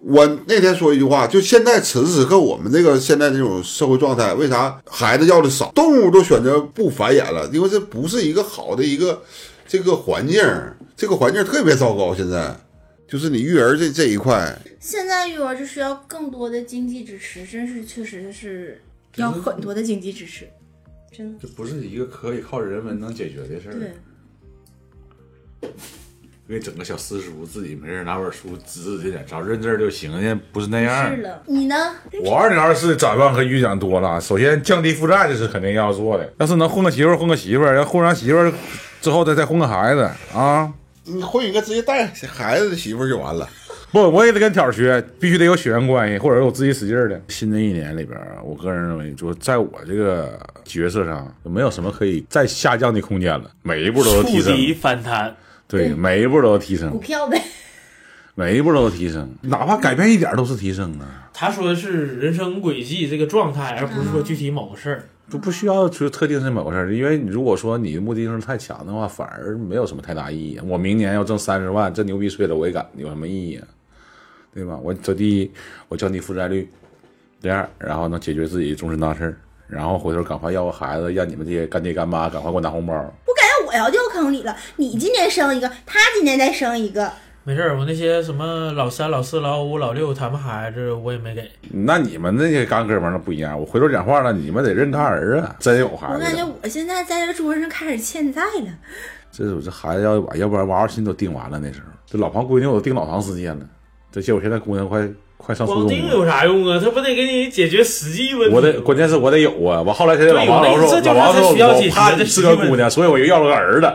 Speaker 2: 我那天说一句话，就现在此时此刻我们这个现在这种社会状态，为啥孩子要的少，动物都选择不繁衍了？因为这不是一个好的一个这个环境，这个环境特别糟糕。现在就是你育儿这这一块，
Speaker 3: 现在育儿是需要更多的经济支持，真是确实是要很多的经济支持，真的
Speaker 6: 这不是一个可以靠人文能解决的事儿。
Speaker 3: 对。
Speaker 6: 给整个小私塾，自己没事拿本书指指点点，只要认字儿就行，人家不是那样儿
Speaker 3: 是。了，你呢？
Speaker 4: 嗯我二零二四展望和预想多了啊，首先降低负债这是肯定要做的，要是能混个媳妇儿混个媳妇儿，要混上媳妇儿之后再再混个孩子啊。
Speaker 2: 你混一个直接带孩子的媳妇儿就完了。
Speaker 4: 不，我也得跟挑儿学，必须得有血缘关系，或者是我自己使劲儿的。新的一年里边儿，啊我个人认为，就是在我这个角色上，没有什么可以再下降的空间了，每一步都有提
Speaker 1: 触
Speaker 4: 升，
Speaker 1: 底反弹，
Speaker 4: 对，每一步都有提
Speaker 3: 股
Speaker 4: 升，
Speaker 3: 票呗，
Speaker 4: 每一步都有提升，哪怕改变一点儿都是提升啊，
Speaker 1: 他说的是人生轨迹这个状态，而不是说具体某个事儿。
Speaker 4: 就不需要去特定是某个事儿，因为你如果说你的目的性太强的话，反而没有什么太大意义。我明年要挣三十万，这牛逼碎了我也敢，有什么意义啊？对吧？我这第一，我降低负债率；第二，然后能解决自己终身大事儿，然后回头赶快要个孩子，让你们这些干爹干妈赶快给我拿红包。
Speaker 3: 我感觉我要掉坑里了。你今年生一个，他今年再生一个，
Speaker 1: 没事儿，我那些什么老三、老四、老五、老六他们孩子我也没给，
Speaker 4: 那你们那些干哥们儿那不一样，我回头讲话了，你们得认干儿啊！真有孩
Speaker 3: 我感
Speaker 4: 子
Speaker 3: 觉
Speaker 4: 了，
Speaker 3: 我现在在这桌上开始欠债了。
Speaker 4: 这是我这孩子要把，要不然娃娃亲都定完了。那时候这老庞闺女我都定老长时间了，这结果现在姑娘快快上初中
Speaker 1: 光
Speaker 4: 了。
Speaker 1: 腚有啥用啊？他不得给你解决实际问题吗？
Speaker 4: 我得，关键是我得有啊！我后来现在老
Speaker 1: 对
Speaker 4: 王
Speaker 1: 我
Speaker 4: 老
Speaker 1: 的意
Speaker 4: 说，
Speaker 1: 思就
Speaker 4: 老
Speaker 1: 是
Speaker 4: 王
Speaker 1: 他
Speaker 4: 说
Speaker 1: 需要
Speaker 4: 我
Speaker 1: 解决
Speaker 4: 怕
Speaker 1: 的
Speaker 4: 你
Speaker 1: 实
Speaker 4: 是
Speaker 1: 际
Speaker 4: 个
Speaker 1: 问
Speaker 4: 姑娘，所以我又要了个儿子。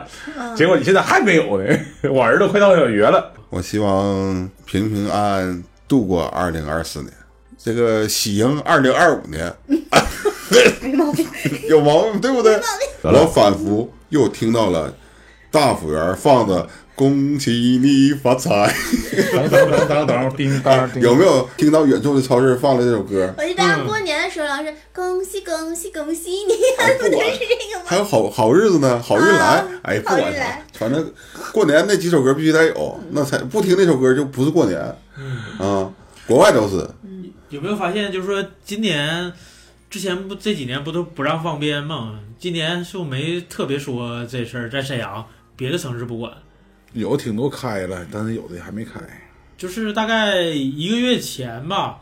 Speaker 4: 结果你现在还没有呢， 我儿子快上小学了。
Speaker 2: 我希望平平安安度过二零二四年，这个喜迎二零二五年。 有毛病，对不对？我仿佛又听到了大服务员放的“恭喜你发财
Speaker 3: 嗯
Speaker 4: 等等等等等，叮”，
Speaker 2: 有没有听到远处的超市放的这首歌？
Speaker 3: 我一般
Speaker 2: 嗯
Speaker 3: 过年的时候老是恭喜恭喜恭喜你，不都是这个吗？
Speaker 2: 还有好好日子呢，好运来
Speaker 3: 啊，
Speaker 2: 哎，不
Speaker 3: 好运
Speaker 2: 管啥
Speaker 3: 来，嗯
Speaker 2: 反正过年那几首歌必须得有，那才不听那首歌就不是过年啊。国外都是，
Speaker 1: 有没有发现，就是说今年之前不这几年不都不让放鞭吗？今年是不是没特别说这事儿，在沈阳别的城市不管，
Speaker 6: 有挺多开了，但是有的还没开。
Speaker 1: 就是大概一个月前吧，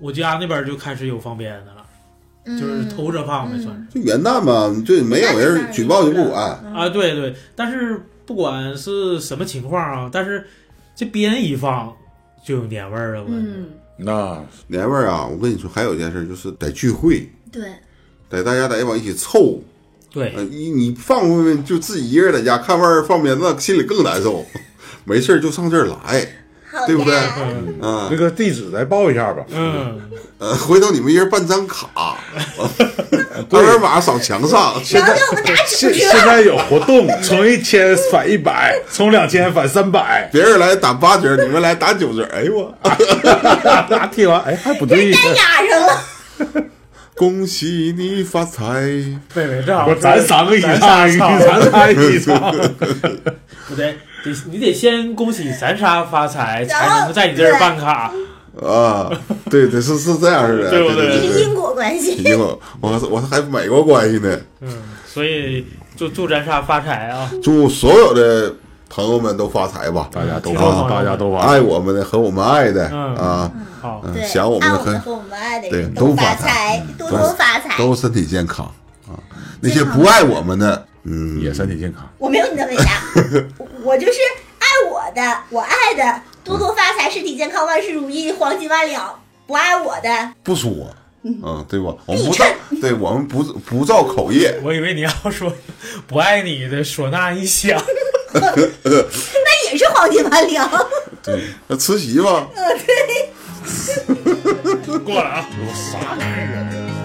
Speaker 1: 我家那边就开始有放鞭的了，就是
Speaker 3: 嗯
Speaker 1: 偷着放呗，算是、
Speaker 2: 就元旦嘛，就没有人举报就不管。
Speaker 3: 嗯
Speaker 1: 啊，对对。但是不管是什么情况啊，但是这鞭一放就有年味儿了，我感觉。
Speaker 3: 嗯，
Speaker 4: 那
Speaker 2: 年味儿啊，我跟你说，还有一件事就是得聚会，
Speaker 3: 嗯对，
Speaker 2: 得大家得往一起凑。
Speaker 1: 对，
Speaker 2: 呃你你放不放就自己一个人在家看外面放鞭子，心里更难受。 没事儿就上这儿来，
Speaker 3: 好
Speaker 2: 对不对
Speaker 3: 呀，
Speaker 1: 嗯
Speaker 2: 啊
Speaker 4: 那，个地址再报一下吧。
Speaker 1: 嗯，
Speaker 2: 呃，回头你们一人办张 卡，二维码扫墙上。
Speaker 3: 然后让我们打
Speaker 4: 现
Speaker 3: 纸
Speaker 4: 现在有活动，从一千返一百，从两千返三百。
Speaker 2: 别人来打八折，你们来打九折。哎呦我，
Speaker 4: 那听完，哎，还不对，
Speaker 3: 该压 上了。
Speaker 2: 恭喜你发财！
Speaker 5: 贝贝这好
Speaker 4: 我咱三个一起唱，咱仨一起唱。
Speaker 1: 不得得你得先恭喜咱仨发财，才
Speaker 3: 然后
Speaker 1: 能在你这儿办卡。
Speaker 2: 啊，对对，是是这样式的，
Speaker 1: 对不
Speaker 2: 对
Speaker 1: 对
Speaker 3: 这
Speaker 2: 对
Speaker 3: 是因果关系。
Speaker 2: 对。我我我还美国关系呢。
Speaker 1: 嗯，所以祝祝咱仨发财啊！
Speaker 2: 祝所有的朋友们都发财吧！
Speaker 4: 大家都
Speaker 1: 好
Speaker 4: 发，大家都发。
Speaker 2: 爱我们的和我们爱的
Speaker 1: 嗯
Speaker 2: 啊，
Speaker 1: 好，
Speaker 2: 嗯
Speaker 3: 对，
Speaker 2: 想我们
Speaker 3: 爱
Speaker 2: 的
Speaker 3: 我们
Speaker 2: 和
Speaker 3: 和我们爱的
Speaker 2: 对
Speaker 3: 人
Speaker 2: 都发
Speaker 3: 发
Speaker 2: 财嗯
Speaker 3: 财，多多发财。
Speaker 2: 都身体健康啊。那些不爱我们的，嗯，
Speaker 4: 也身体健康。
Speaker 3: 我没有你那么傻，我我就是爱我的，我爱的，多多发财，身体健康，万事如意，黄金万两。不爱我的，
Speaker 2: 不说，嗯，对吧？我们不造，对我们不不造口业，
Speaker 1: 我以为你要说不爱你的唢呐一响，
Speaker 3: 那也是黄金万两。 嗯
Speaker 2: 对，那慈禧吧，
Speaker 1: 过来啊。
Speaker 6: 啥玩意儿？